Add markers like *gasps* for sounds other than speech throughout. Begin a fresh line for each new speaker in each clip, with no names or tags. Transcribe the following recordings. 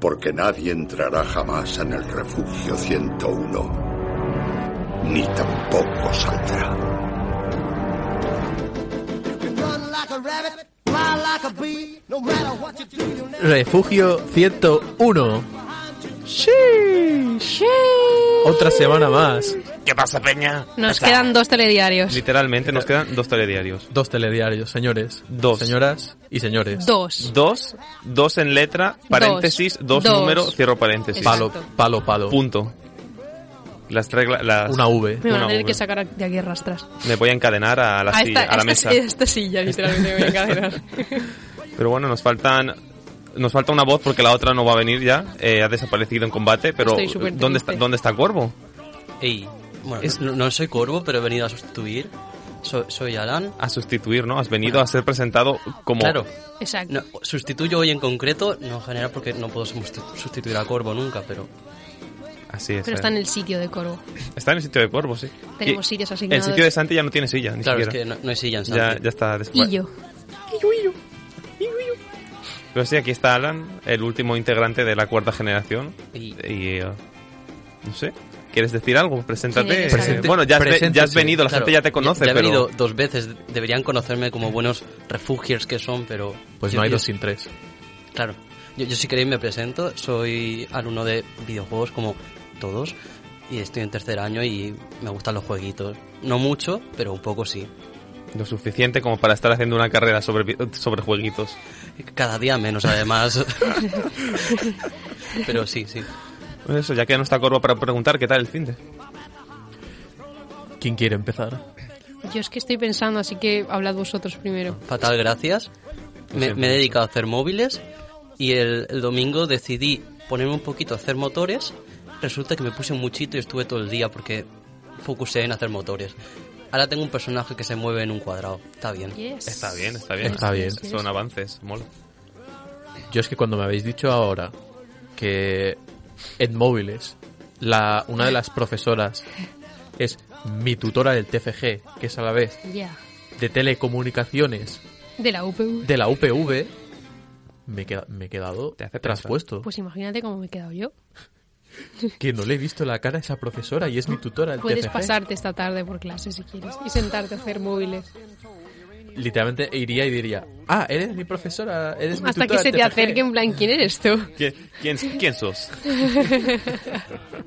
porque nadie entrará jamás en el refugio 101, ni tampoco saldrá.
Refugio 101.
Sí, sí.
Otra semana más.
¿Qué pasa, Peña?
Nos quedan dos telediarios.
Literalmente nos quedan dos telediarios.
Dos telediarios, señores.
Dos.
Señoras y señores.
Dos.
Dos, dos en letra, paréntesis, dos,
Dos.
números, cierro paréntesis.
Exacto.
Palo, palo, palo.
Punto. Las reglas, las...
Una V.
Me van a
Una
tener
V.
que sacar de aquí rastras.
Me voy a encadenar a la,
A
silla,
esta,
a la
esta-
mesa.
esta silla, literalmente, me voy a
*laughs*
encadenar.
Pero bueno, nos faltan... Nos falta una voz porque la otra no va a venir ya. eh, ha desaparecido en combate, pero
Estoy súper
¿dónde está,
triste.
¿dónde está Cuervo?
Ey, bueno, no, no soy Corvo, pero he venido a sustituir. So- soy Alan.
A sustituir, ¿no? Has venido a ser presentado como...
Claro,
Exacto.
no, sustituyo hoy en concreto, no en general porque no puedo sustitu- sustituir a Corvo nunca, pero
Así es.
Pero
eh.
está en el sitio de Corvo.
Está en el sitio de Cuervo, sí.
Tenemos sitios asignados.
El sitio de Santi ya no tiene silla, ni
claro, es
siquiera.
que no, no hay silla en
ya,
Santi.
ya está después.
Y yo.
Pero sí, aquí está Alan, el último integrante de la cuarta generación.
Y-
Y. eh, no sé. ¿Quieres decir algo?
Tiene
Preséntate.
que
Eh,
saber.
bueno, ya has, ve-
Preséntese.
ya has venido, la
Claro,
gente ya te conoce,
ya he
pero.
venido dos veces, deberían conocerme como buenos refugiers que son, pero...
Pues
yo-
no hay
yo-
dos sin tres.
Claro. Yo, yo si queréis me presento, soy alumno de videojuegos como todos y estoy en tercer año y me gustan los jueguitos. No mucho, pero un poco sí.
Lo suficiente como para estar haciendo una carrera sobre, vi- sobre jueguitos.
Cada día menos, además. pero sí, sí.
Pues eso, ya que no está Corvo para preguntar qué tal el fin de.
¿Quién quiere empezar?
Yo es que estoy pensando, así que hablad vosotros primero.
Fatal, gracias. Me, me he dedicado a hacer móviles y el, el domingo decidí ponerme un poquito a hacer motores. Resulta que me puse un muchito y estuve todo el día porque focusé en hacer motores. Ahora tengo un personaje que se mueve en un cuadrado. Está bien.
Yes.
Está bien, está bien.
Está bien.
yes, yes.
Son avances, mola.
Yo es que cuando me habéis dicho ahora que en móviles la, una de las profesoras es mi tutora del TFG, que es a la vez
Ya.
de telecomunicaciones
De la UPV.
de la UPV, me, he queda- me he quedado
Te hace pensar.
traspuesto.
Pues imagínate cómo me he quedado yo.
Que no le he visto la cara a esa profesora y es mi tutora del
Puedes
TFG.
pasarte esta tarde por clase si quieres y sentarte a hacer móviles.
Literalmente iría y diría, ah, eres mi profesora, eres mi
Hasta que
tutora
se
del
te
TFG".
acerque en plan, ¿quién eres tú?
¿Quién, quién, quién sos?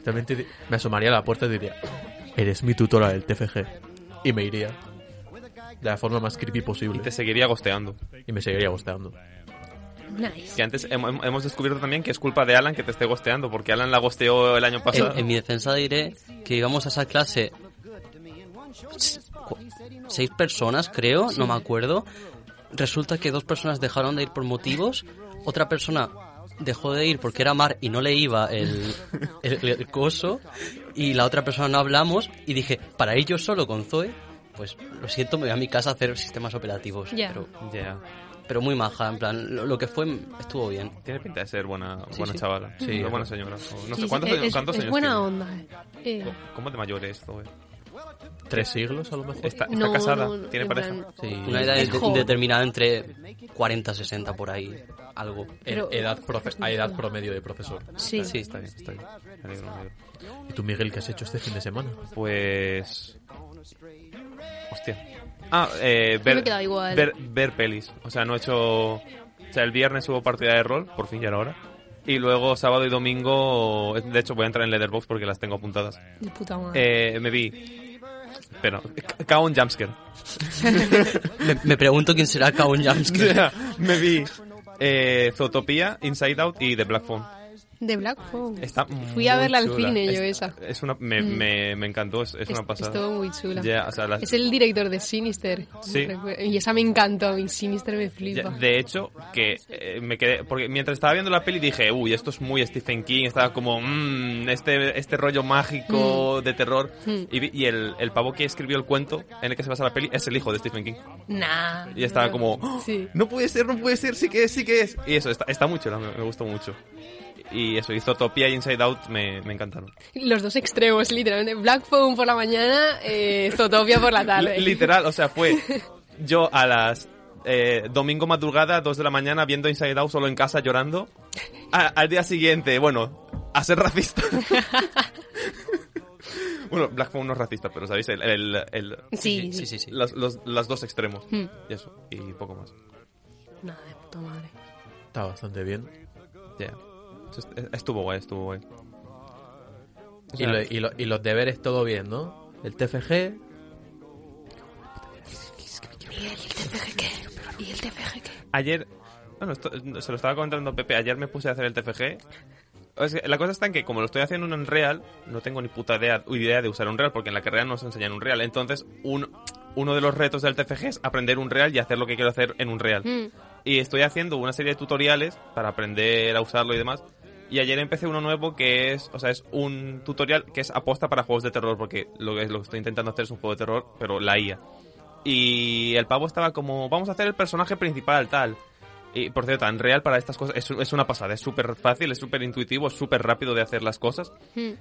También te di- me asomaría a la puerta y diría, eres mi tutora del TFG. Y me iría. De la forma más creepy
Y
posible.
te seguiría gosteando.
Y me seguiría gustando.
Nice.
Que antes hem- hemos descubierto también que es culpa de Alan que te esté gosteando, porque Alan la gosteó el año pasado.
En, en mi defensa diré que íbamos a esa clase s- cu- seis personas, creo, no me acuerdo. Resulta que dos personas dejaron de ir por motivos, otra persona dejó de ir porque era mar y no le iba
*laughs*
el, el- el coso, y la otra persona no hablamos, y dije, para ir yo solo con Zoe, pues lo siento, me voy a mi casa a hacer sistemas operativos.
Ya.
Pero,
Ya.
pero muy maja, en plan, lo, lo que fue estuvo bien.
Tiene pinta de ser buena, buena
sí.
chavala.
Sí,
Una
es
buena
verdad.
señora. O No sé,
Sí, sí,
¿cuántos,
es-
años- cuántos
es
años
buena
tiene?
onda. eh. Eh,
¿Cómo de mayor es esto? eh?
¿Tres siglos a lo mejor?
¿Está, está
No,
casada?
no, no,
¿Tiene
en
pareja?
plan-
Sí.
Una edad
Es
de-
joven.
determinada entre 40, 60 por ahí, algo.
Pero-
Eh, edad profe- a edad promedio de profesor.
sí.
Sí.
Está bien, está bien. Me alegro, me alegro.
¿Y tú, Miguel, qué has hecho este fin de semana?
Pues... Hostia. Ah, eh,
me
ver,
he quedado igual.
ver, ver pelis. O sea, no he hecho... O sea, el viernes hubo partida de rol, por fin ya era hora. Y luego sábado y domingo... De hecho, voy a entrar en Leatherbox porque las tengo apuntadas.
De puta madre.
Eh, me vi... Pero, cago en Jumpscare.
Me, me pregunto quién será Kaon *laughs*
O
Jamsky.
sea, *laughs* me vi eh, Zootopia, Inside Out y The Black Phone.
De Black Phone.
Está
Fui a
muy
verla al
chula.
cine yo
Es-
esa.
Es una, me,
Mm.
me, me encantó, es, es
Es-
una pasada.
Estuvo muy chula.
Ya, o sea, las-
Es el director de Sinister.
Sí.
no recuerdo. Y esa me encantó. a mí Sinister me
ya-
flipa.
de hecho, que eh, me quedé. Porque mientras estaba viendo la peli dije, uy, esto es muy Stephen King. Estaba como, mmm, este, este rollo mágico de terror.
Mm.
Y, vi- y el, el pavo que escribió el cuento en el que se basa la peli es el hijo de Stephen King.
Nah.
Y estaba
no.
como, "¡Oh!
Sí.
no puede ser, no puede ser, sí que es, sí que es. Y eso, está, está muy chula, me, me gustó mucho. Y eso, y Zootopia y Inside Out me, me encantaron.
Los dos extremos, literalmente. Black Phone por la mañana, eh, Zootopia por la tarde.
Li- Literal, o sea, fue yo a las eh, domingo madrugada, 2 de la mañana, viendo Inside Out solo en casa llorando. a- al día siguiente, bueno, a ser racista. *laughs* bueno, Black Phone no es racista, pero sabéis, el, el- el-
Sí,
Sí, sí, sí.
las- los, las dos extremos.
Hmm.
Y eso, y poco más.
Nada de puta madre.
Está bastante bien.
Ya. Estuvo guay, estuvo guay. O
Y,
sea,
lo- y lo- y los deberes todo bien, ¿no? El TFG,
¿Y el TFG qué? ¿Y el TFG qué?
Ayer, bueno, esto- se lo estaba contando a Pepe, ayer me puse a hacer el TFG. O sea, la cosa está en que como lo estoy haciendo en un Unreal, no tengo ni puta idea, idea de usar un Unreal, porque en la carrera nos enseñan un Unreal. Entonces, un, uno de los retos del TFG es aprender un Unreal y hacer lo que quiero hacer en un Unreal.
Mm.
Y estoy haciendo una serie de tutoriales para aprender a usarlo y demás. Y ayer empecé uno nuevo que es, o sea, es un tutorial que es aposta para juegos de terror, porque lo que, lo que estoy intentando hacer es un juego de terror, pero la IA. Y el pavo estaba como, vamos a hacer el personaje principal, tal. Y por cierto, Unreal para estas cosas es, es una pasada, es súper fácil, es súper intuitivo, es súper rápido de hacer las cosas.
Mm.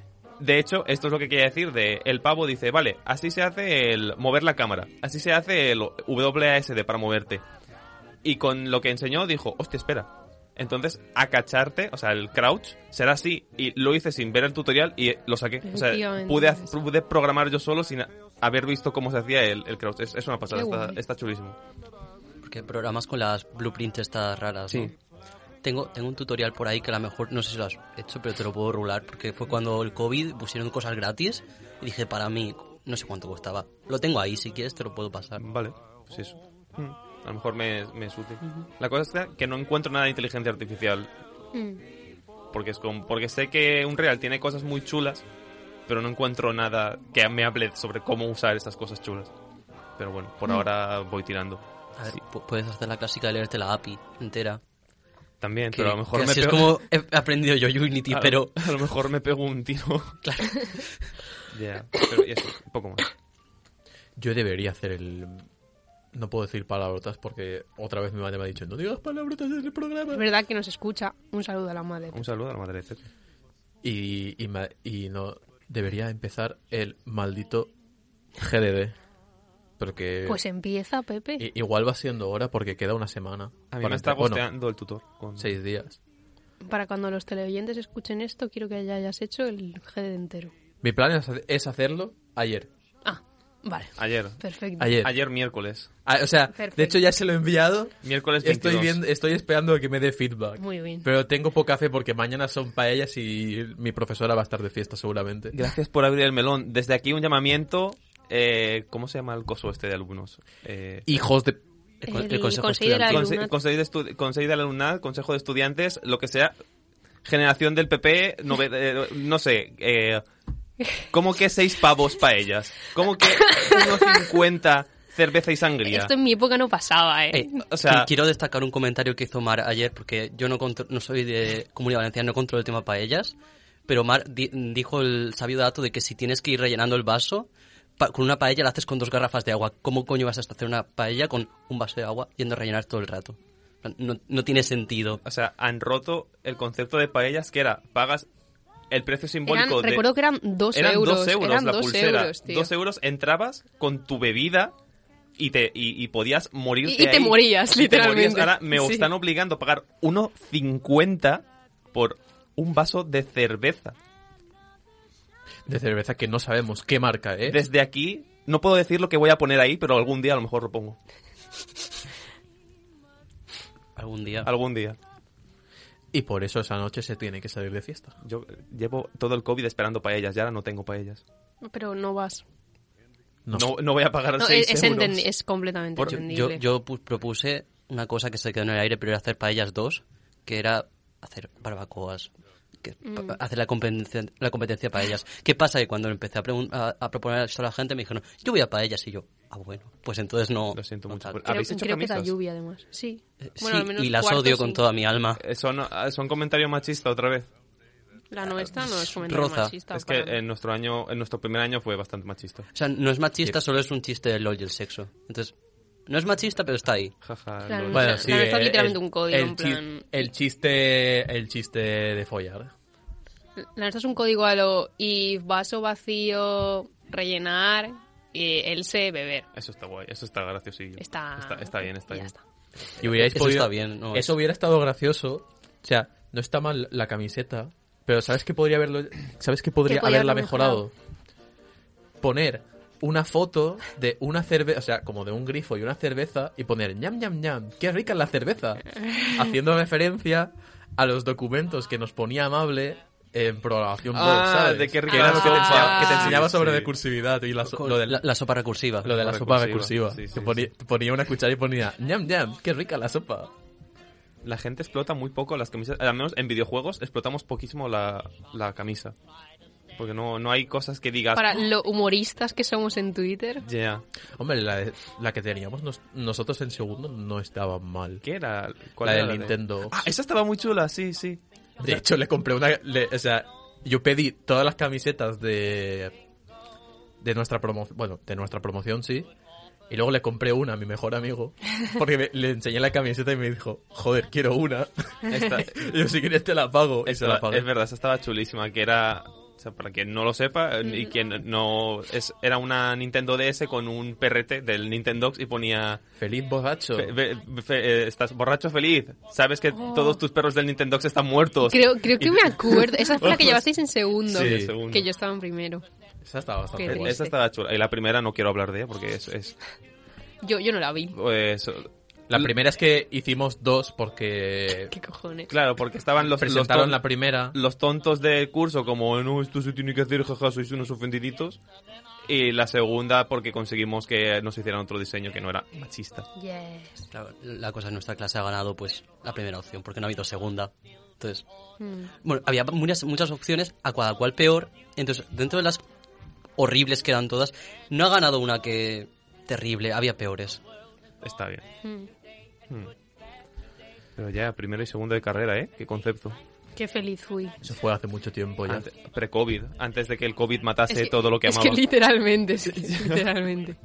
De hecho, esto es lo que quería decir de el pavo dice, vale, así se hace el mover la cámara, así se hace el WASD para moverte. Y con lo que enseñó dijo, hostia, espera. Entonces, acacharte, o sea, el crouch, será así. Y lo hice sin ver el tutorial y lo saqué. O sea,
Efectivamente.
pude, haz- pude programar yo solo sin haber visto cómo se hacía el, el crouch. Es, es una pasada,
Qué
está,
guay.
está chulísimo.
Porque programas con las blueprints estas raras,
Sí.
¿no? Tengo, tengo un tutorial por ahí que a lo mejor, no sé si lo has hecho, pero te lo puedo rular, porque fue cuando el COVID pusieron cosas gratis y dije, para mí, no sé cuánto costaba. Lo tengo ahí, si quieres te lo puedo pasar.
Vale, pues eso. Mm. A lo mejor me, me es útil. La cosa es que no encuentro nada de inteligencia artificial
Mm.
porque es como, porque sé que Unreal tiene cosas muy chulas, pero no encuentro nada que me hable sobre cómo usar estas cosas chulas. Pero bueno, por ahora voy tirando.
A ver, pu- puedes hacer la clásica de leerte la API entera.
También,
Que-
pero a lo mejor
que
me
así es
pego-
como he aprendido yo
*laughs*
Unity,
a, lo-
pero
a lo mejor me pego un *laughs* tiro.
claro,
Ya, pero y eso, un poco más.
yo debería hacer el... No puedo decir palabrotas porque otra vez mi madre me ha dicho, no digas palabrotas en el programa.
Es verdad que nos escucha. Un saludo a la madre.
Un saludo a la madre de Pepe.
Y, y, ma- y no debería empezar el maldito GDD. Porque
Pues empieza, Pepe.
i- igual va siendo hora porque queda una semana.
A mí
para
me está
entrar- bueno,
gosteando el tutor. Con...
seis días.
Para cuando los teleoyentes escuchen esto, quiero que ya hayas hecho el GD entero.
Mi plan es, hace- es hacerlo ayer.
Ah, vale.
Ayer.
Perfecto.
Ayer.
Ayer miércoles.
Ah, o sea,
Perfecto.
de hecho ya se lo he enviado.
Miércoles 22.
Estoy, viendo, estoy esperando a que me dé feedback.
Muy bien.
Pero tengo poca fe porque mañana son paellas y mi profesora va a estar de fiesta seguramente.
Gracias por abrir el melón. Desde aquí un llamamiento. eh, ¿Cómo se llama el coso este de alumnos? Eh,
Hijos de...
el, con-
El
el consejo
consejo de la
estudiantil.
conse-
alumnat-
consejo de estu- consejo de la alumnad, consejo de estudiantes, lo que sea. Generación del PP, nove- eh, no sé. Eh, ¿Cómo que seis pavos paellas? ¿Cómo que 1,50 cerveza y sangría?
Esto en mi época no pasaba, ¿eh? *laughs*
Eh,
O sea-
y quiero destacar un comentario que hizo Mar ayer, porque yo no, contro- no soy de Comunidad Valenciana, no controlo el tema paellas, pero Mar di- dijo el sabio dato de que si tienes que ir rellenando el vaso, pa- con una paella la haces con dos garrafas de agua. ¿Cómo coño vas a hacer una paella con un vaso de agua yendo a rellenar todo el rato? No, no tiene sentido.
O sea, han roto el concepto de paellas que era pagas el precio
Eran-
simbólico de...
Recuerdo que eran dos
Eran
euros.
dos euros
eran
la
dos
pulsera.
euros, tío.
Dos euros entrabas con tu bebida y te y, y podías morir.
Y- y te morías, literalmente.
Ahora me
Sí.
están obligando a pagar 1,50 por un vaso de cerveza.
De cerveza que no sabemos qué marca es.
Desde aquí no puedo decir lo que voy a poner ahí, pero algún día a lo mejor lo pongo.
Algún día.
Algún día.
Y por eso esa noche se tiene que salir de fiesta.
Yo eh, llevo todo el COVID esperando paellas y ahora no tengo paellas.
Pero no vas.
No.
No, no voy a pagar
No,
seis
es, es
euros.
entendi- es completamente
Por- yo,
entendible.
yo pu- propuse una cosa que se quedó en el aire, pero era hacer paellas dos, que era hacer barbacoas. que- pa-
Mm.
pa- hacer la competencia, la competencia paellas. ¿Qué pasa? Que cuando empecé a, pregun- a- a proponer esto a la gente me dijeron, yo voy a paellas. Y yo, ah, bueno, pues entonces no.
Lo siento
no
mucho,
tal".
pero-
creo
¿habéis hecho
creo que da
camisas?
lluvia, además. Sí.
Eh,
Bueno,
sí,
al menos
y las
cuarto,
odio con
sí.
toda mi alma.
Eh, Son, ah, son comentario machista otra vez.
La nuestra no es comentario
Roza.
machista.
Es que
para
en nuestro año, en nuestro primer año fue bastante machista.
O sea, no es machista, solo es un chiste del LOL y el sexo. Entonces, no es machista, pero está ahí.
Jaja.
Claro,
lol.
no Bueno, sé. sí, Claro, está literalmente un código,
eh, el
en plan-
chi- el chiste, el chiste de follar.
La nuestra es un código a lo y vaso vacío, rellenar, y él se beber.
Eso está guay, eso está graciosillo.
Está,
está, está bien, está
ya
bien.
está.
Y hubierais
Eso
podido-
está bien, no,
eso hubiera estado gracioso. O sea, no está mal la camiseta, pero ¿sabes que podría haberlo, sabes que podría
podía
haberla
haberlo
mejorado? Poner una foto de una cerveza, o sea, como de un grifo y una cerveza y poner ñam ñam ñam, qué rica es la
*laughs*
cerveza, haciendo referencia a los documentos que nos ponía amable en programación Vogue,
Ah,
¿sabes?
de qué rica
que era lo que te
sopa.
enseñaba, que te enseñaba
Sí,
sobre
sí.
recursividad y la, so-
Con
lo del-
la, la sopa recursiva.
lo de la
Sopa
sopa
recursiva.
recursiva.
Sí, sí,
Te ponía,
sí.
te ponía una cuchara y ponía ñam ñam, qué rica la sopa.
La gente explota muy poco las camisas. Al menos en videojuegos explotamos poquísimo la, la camisa. Porque no, no hay cosas que digas. "Ah,
Para lo humoristas que somos en Twitter.
"Yeah".
Hombre, la, de- la que teníamos nos- nosotros en segundo no estaba mal.
¿Qué era? ¿Cuál
La
era
del
de-
Nintendo.
Ah, esa estaba muy chula, sí, sí.
De hecho, le compré una... le- o sea, yo pedí todas las camisetas de... De nuestra promoción... Bueno, de nuestra promoción, sí. Y luego le compré una a mi mejor amigo. Porque me- le enseñé la camiseta y me dijo, joder, quiero una. *laughs*
Esta,
Y yo, si quieres, te la pago. Y se
esta-
la pagué.
es verdad, esa estaba chulísima. Que era. O sea, para quien no lo sepa eh, y quien no. Es, era una Nintendo DS con un perrete del Nintendox y ponía.
Feliz borracho.
"Fe- fe- fe- eh, estás borracho feliz. Sabes que todos tus perros del Nintendox están muertos.
Oh. Creo, creo que me acuerdo. Esa fue
*laughs*
la que llevasteis en segundo.
Sí,
Sí.
segundo.
Que yo estaba en primero.
Esa estaba bastante
Qué
guay.
Eh,
triste.
Esa estaba chula. Y la primera no quiero hablar de ella porque es. es-
Yo, yo no la vi.
pues,
La primera es que hicimos dos porque
¿Qué cojones?
claro, porque estaban los, los,
presentaron
ton-
la primera.
los tontos del curso como, no, esto se tiene que hacer, jaja, sois unos ofendiditos. Y la segunda porque conseguimos que nos hicieran otro diseño que no era machista.
Yes.
Claro, la cosa es nuestra clase ha ganado pues la primera opción, porque no ha habido segunda. Entonces,
Mm.
bueno, había muchas, muchas opciones, a cada cual peor. Entonces, dentro de las horribles que eran todas, no ha ganado una que terrible, había peores.
Está bien.
Mm.
Hmm. Pero ya, primero y segundo de carrera, ¿eh? Qué concepto.
Qué feliz fui.
Eso fue hace mucho tiempo Pues ya.
Ante- Pre-COVID, antes de que el COVID matase
Es que-
todo lo que
es
amaba.
que
*laughs*
literalmente, es que literalmente.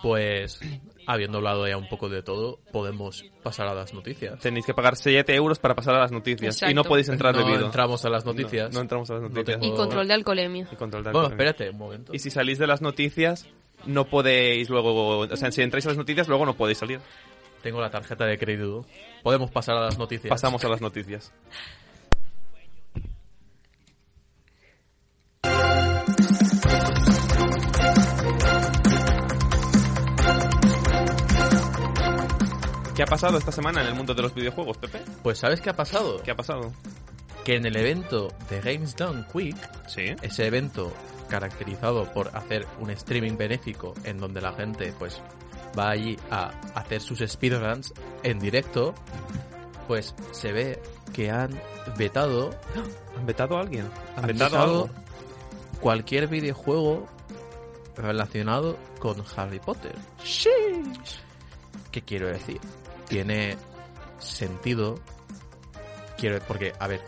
Pues, habiendo hablado ya un poco de todo, podemos pasar a las noticias.
Tenéis que pagar 7 euros para pasar a las noticias y no
Exacto.
podéis entrar
no
bebido.
entramos a las noticias.
No, no entramos a las
No
noticias.
tengo-
Y control de alcoholemia.
Y control de
bueno,
alcohol.
espérate un momento.
Y si salís de las noticias, no podéis luego. O sea, si entráis a las noticias, luego no podéis salir.
Tengo la tarjeta de crédito. Podemos pasar a las noticias.
Pasamos a las noticias. ¿Qué ha pasado esta semana en el mundo de los videojuegos, Pepe?
Pues, ¿sabes qué ha pasado?
¿Qué ha pasado?
Que en el evento de Games Done Quick,
Sí.
ese evento caracterizado por hacer un streaming benéfico en donde la gente pues va allí a hacer sus speedruns en directo, pues se ve que han vetado,
¿Han vetado a alguien? ¿Han,
han
vetado,
vetado
algo?
cualquier videojuego relacionado con Harry Potter. ¿Qué quiero decir? Tiene sentido. Quiero, porque, a ver,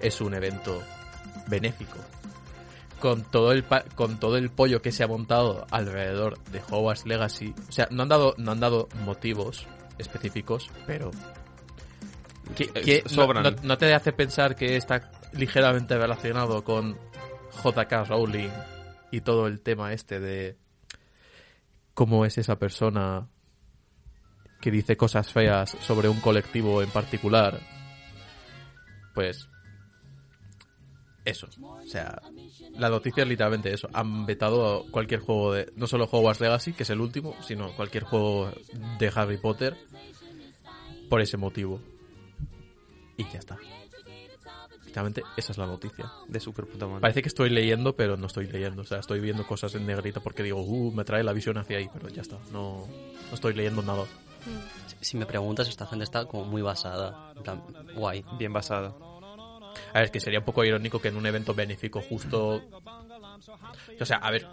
es un evento benéfico. Con todo el pa- con todo el pollo que se ha montado alrededor de Hogwarts Legacy. O sea, no han dado, no han dado motivos específicos, pero. Que,
Eh,
que no-
sobran.
No, no te hace pensar que está ligeramente relacionado con JK Rowling y todo el tema este de cómo es esa persona que dice cosas feas sobre un colectivo en particular, pues eso, o sea, la noticia es literalmente eso, han vetado cualquier juego de no solo Hogwarts Legacy, que es el último, sino cualquier juego de Harry Potter por ese motivo. Y ya está. Literalmente esa es la noticia.
De super puta madre.
Parece que estoy leyendo, pero no estoy leyendo. O sea, estoy viendo cosas en negrita porque digo, uh, me trae la visión hacia ahí, pero ya está. No, no estoy leyendo nada.
Si, si me preguntas, esta gente está como muy basada. En plan, guay.
Bien basada.
A ver, es que sería un poco irónico que en un evento benéfico justo... O sea, a ver,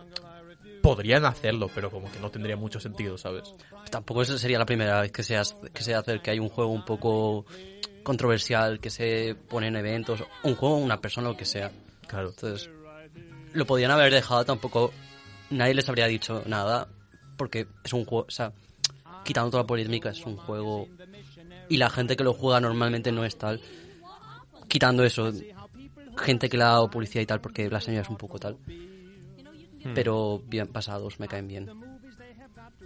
podrían hacerlo, pero como que no tendría mucho sentido, ¿sabes?
Tampoco esa sería la primera vez que se, hace- que se hace que hay un juego un poco controversial, que se pone en eventos, un juego, una persona, lo que sea.
Claro.
Entonces, lo podían haber dejado tampoco. Nadie les habría dicho nada, porque es un juego, o sea, quitando toda la polémica, es un juego. Y la gente que lo juega normalmente no es tal. Quitando eso, gente que la ha dado policía y tal, porque la señora es un poco tal.
Hmm.
Pero bien pasados, me
*laughs*
caen bien.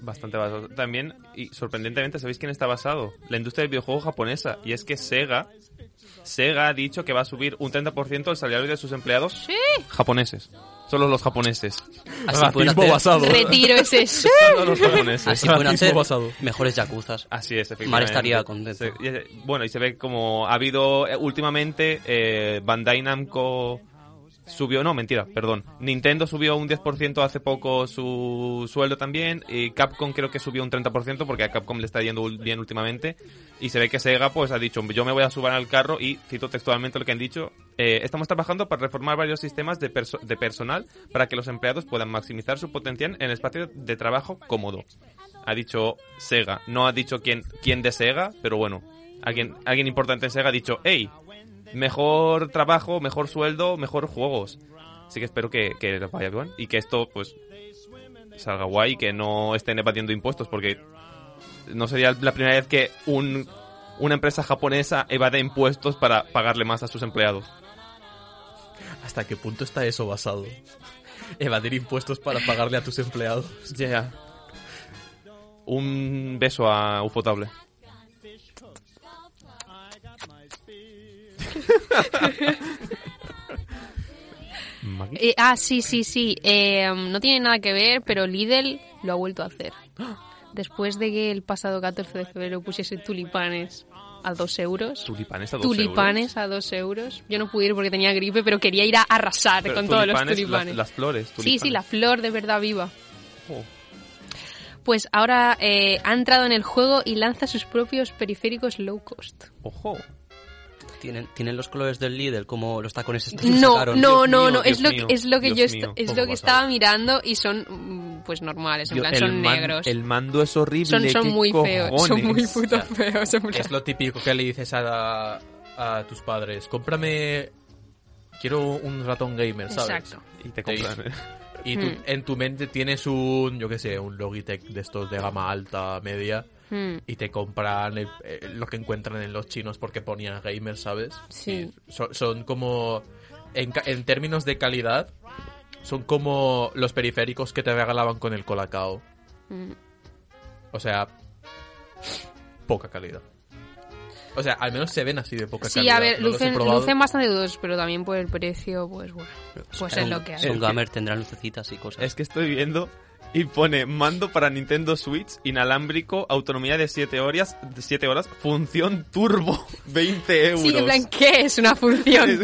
Bastante basado. También, y sorprendentemente, ¿sabéis quién está basado? La industria del videojuego japonesa. Y es que Sega Sega ha dicho que va a subir un 30% el salario de sus empleados
Sí.
japoneses. Solo los japoneses.
Así pueden
Racismo
hacer,
basado.
*laughs*
Retiro ese. Sí.
Solo los japoneses.
así pueden
racismo
hacer
basado.
mejores yakuzas.
Así es, efectivamente.
Mar estaría contento.
Se- y- y- bueno, y se ve como ha habido eh, últimamente eh, Bandai Namco subió, no, mentira, perdón. Nintendo subió un 10% hace poco su sueldo también y Capcom creo que subió un 30% porque a Capcom le está yendo ul- bien últimamente y se ve que Sega pues ha dicho, yo me voy a subar al carro y cito textualmente lo que han dicho, eh, estamos trabajando para reformar varios sistemas de, perso- de personal para que los empleados puedan maximizar su potencial en el espacio de trabajo cómodo. Ha dicho Sega, no ha dicho quién, quién de Sega, pero bueno, alguien, alguien importante en Sega ha dicho, hey, mejor trabajo, mejor sueldo, mejor juegos. Así que espero que, que les vaya bien y que esto pues salga guay y que no estén evadiendo impuestos porque no sería la primera vez que un, una empresa japonesa evade impuestos para pagarle más a sus empleados.
¿Hasta qué punto está eso basado? *laughs* Evadir impuestos para pagarle a tus empleados.
Ya. Un beso a *laughs* Ufotable.
Eh, ah, sí, sí, sí. Eh, no tiene nada que ver, pero Lidl lo ha vuelto a
*gasps*
hacer. Después de que el pasado 14 de febrero pusiese tulipanes a 2 euros.
Tulipanes a 12 euros.
Tulipanes a 2 euros. Yo no pude ir porque tenía gripe, pero quería ir a arrasar
Pero
con todos los
tulipanes,
tulipanes.
Las, las flores.
sí, sí, la
tulipanes.
flor de verdad viva.
Oh.
Pues ahora eh, ha entrado en el juego y lanza sus propios periféricos low cost.
Ojo.
Tienen, tienen los colores del líder como los tacones estos que
No,
sacaron.
no,
Dios
no,
mío,
no, es
Dios
lo,
mío,
que- es lo que
Dios
yo est-
mío,
es
poco
lo que
basado.
estaba mirando y son mm, pues normales, en
Dios,
plan son
man-
negros.
el mando es horrible.
Son, son
¿qué
muy feos, son
cojones?
muy puto feos. en plan.
Es lo típico que le dices a, a tus padres. Cómprame... Quiero un ratón gamer, ¿sabes?
Exacto.
Y te compran. ¿eh?
Y tú-
Hmm.
en tu mente tienes un, yo qué sé, un Logitech de estos de gama alta, media,
Hmm.
y te compran el- eh, lo que encuentran en los chinos porque ponían gamer, ¿sabes?
Sí.
Y son, son como, en, ca- en términos de calidad, son como los periféricos que te regalaban con el Colacao.
Mm.
O sea, poca calidad. O sea, al menos se ven así de poca
Pues
Sí,
calidad.
a ver,
No los he
lucen,
probado.
lucen bastante dudosos, pero también por el precio, pues bueno, pues es lo que hay.
Son gamer, tendrán lucecitas y cosas.
Es que estoy viendo y pone mando para Nintendo Switch inalámbrico, autonomía de 7 horas, de siete horas, función turbo, *laughs* 20 euros.
Sí, en plan, ¿qué es una
*laughs*
función
Es-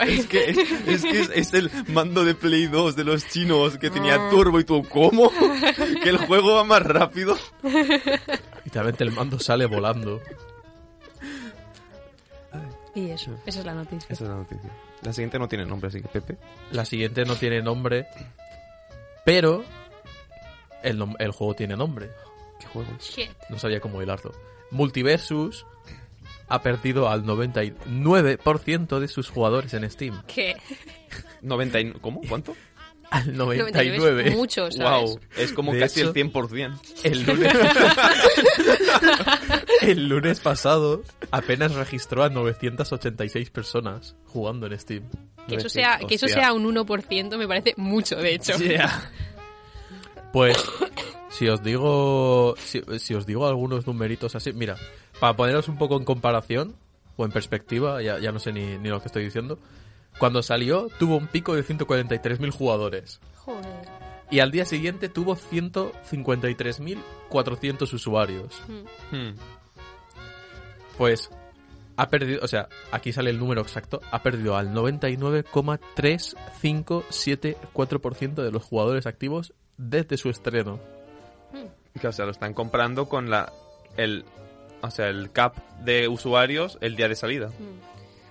*laughs*
eh.
Es que, es, es que es, es el mando de Play 2 de los chinos que
Ah.
tenía turbo y tú,
*laughs*
¿cómo? Que el juego va más rápido.
Literalmente el mando sale volando.
*laughs* Y eso, esa es la noticia.
es la noticia. La siguiente no tiene nombre, así que Pepe.
La siguiente no tiene nombre, pero el, nom- el juego tiene nombre.
¿Qué juego es?
Shit.
No sabía cómo hilarlo. Multiversus ha perdido al 99% de sus jugadores en Steam.
¿Qué?
99, ¿Cómo? ¿Cuánto?
Al
99
99.
es mucho, Pues ¿sabes?
Wow, es como
De
casi
hecho-
el 100%.
El lunes, el lunes pasado apenas registró a 986 personas jugando en Steam.
Que eso sea, que eso sea un 1% me parece mucho, de hecho.
*laughs*
Pues si os digo si, si os digo algunos numeritos así, mira, para poneros un poco en comparación o en perspectiva, ya, ya no sé ni, ni lo que estoy diciendo, cuando salió tuvo un pico de 143.000 jugadores
Joder.
y al día siguiente tuvo 153.400 usuarios.
Mm.
Hmm.
Pues ha perdido, o sea, aquí sale el número exacto, ha perdido al 99,3574% de los jugadores activos desde su estreno.
Que, o sea, lo están comprando con la el o sea, el cap de usuarios el día de salida.
Mm. Bueno,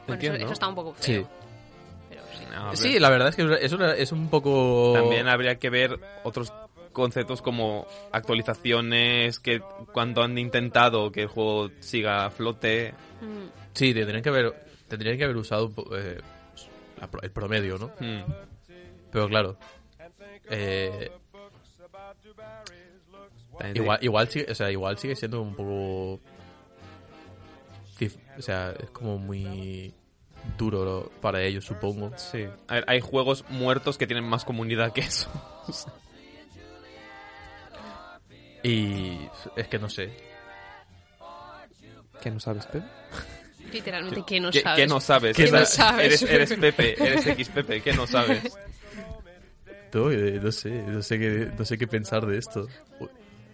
eso,
Entiendo.
eso está un poco feo.
Sí.
Pero sí.
No, hombre.
Sí, la verdad es que es, una- es un poco...
También habría que ver otros conceptos como actualizaciones que cuando han intentado que el juego siga a flote.
Mm.
Sí, tendrían que haber, tendrían que haber usado un po- eh, la pro- el promedio, ¿no?
Hmm.
Pero claro, eh,
También te-
igual, igual, sigue, o sea, igual sigue siendo un poco... dif- O sea, es como muy duro lo- para ellos, supongo.
Sí. A ver, hay juegos muertos que tienen más comunidad
*laughs*
que eso.
Y es que no sé.
¿Qué no sabes, Pepe?
Literalmente, ¿qué no
¿Qué,
sabes?
qué no sabes?
¿Qué
O sea,
no
Eres,
sabes?
eres Pepe, eres X Pepe, ¿qué no
*laughs*
sabes?
No, eh, no sé, no sé qué, no sé qué pensar de esto. Uy,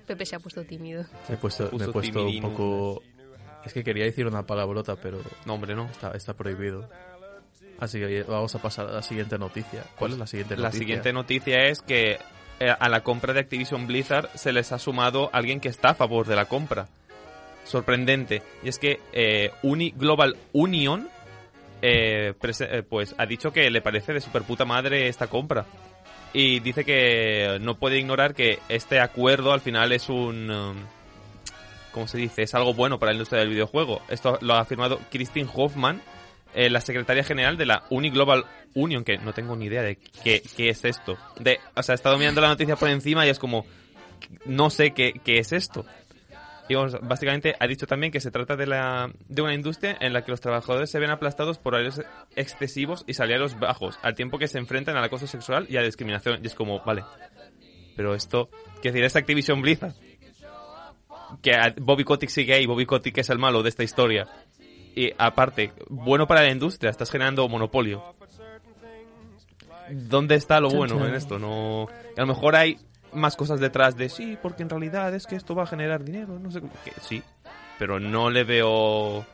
Pepe se ha puesto tímido.
Me he puesto, me he
Puso
puesto un
timidino.
poco... Es que quería decir una palabrota, pero
No, hombre, no.
está, está prohibido. Así que vamos a pasar a la siguiente noticia. ¿Cuál es la siguiente
Pues La
noticia?
siguiente noticia es que eh, a la compra de Activision Blizzard se les ha sumado alguien que está a favor de la compra. Sorprendente. Y es que eh, Uni Global Union eh, prese- eh, pues ha dicho que le parece de super puta madre esta compra. Y dice que no puede ignorar que este acuerdo al final es un... um, ¿Cómo se dice? Es algo bueno para la industria del videojuego. Esto lo ha afirmado Christine Hoffman, eh, la secretaria general de la Uniglobal Union, que no tengo ni idea de qué, qué es esto. De, o sea, he estado mirando la noticia por encima y es como, no sé qué, qué es esto. Y vamos, básicamente ha dicho también que se trata de, la, de una industria en la que los trabajadores se ven aplastados por horarios excesivos y salarios bajos, al tiempo que se enfrentan al acoso sexual y a la discriminación. Y es como, vale, pero esto, ¿qué decir? Es Activision Blizzard. Que a- Bobby Kotick sigue ahí, Bobby Kotick es el malo de esta historia. Y aparte, bueno para la industria, estás generando monopolio. ¿Dónde está lo bueno en esto? No, a lo mejor hay más cosas detrás de sí, porque en realidad es que esto va a generar dinero, no sé cómo. que sí, pero no le veo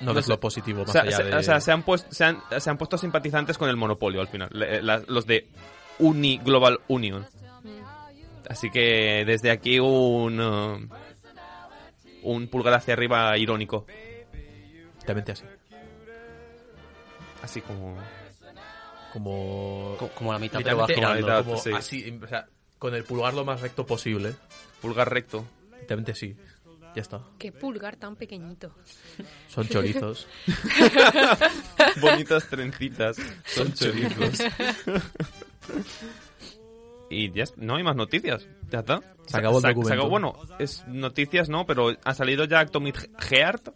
No
no
ves
sé.
lo positivo más
o sea,
allá
se,
de...
o sea, se han puest- se han- se han puesto simpatizantes con el monopolio al final, le- la- los de Uni Global Union. Así que desde aquí un eh, un pulgar hacia arriba irónico,
Exactamente así.
así como
Como...
Co- Como la mitad, pero
Literalmente
bajando.
la
bajando,
mitad,
sí.
como así, o sea, con el pulgar lo más recto posible.
pulgar recto.
Literalmente sí. Ya está.
Qué pulgar tan pequeñito.
*laughs*
Son chorizos.
Bonitas
*laughs*
trencitas, son chorizos. y ya es- no hay más noticias, ya está.
Se acabó el
se
documento.
acabó- bueno, es noticias no, pero ha salido ya Atomic Heart,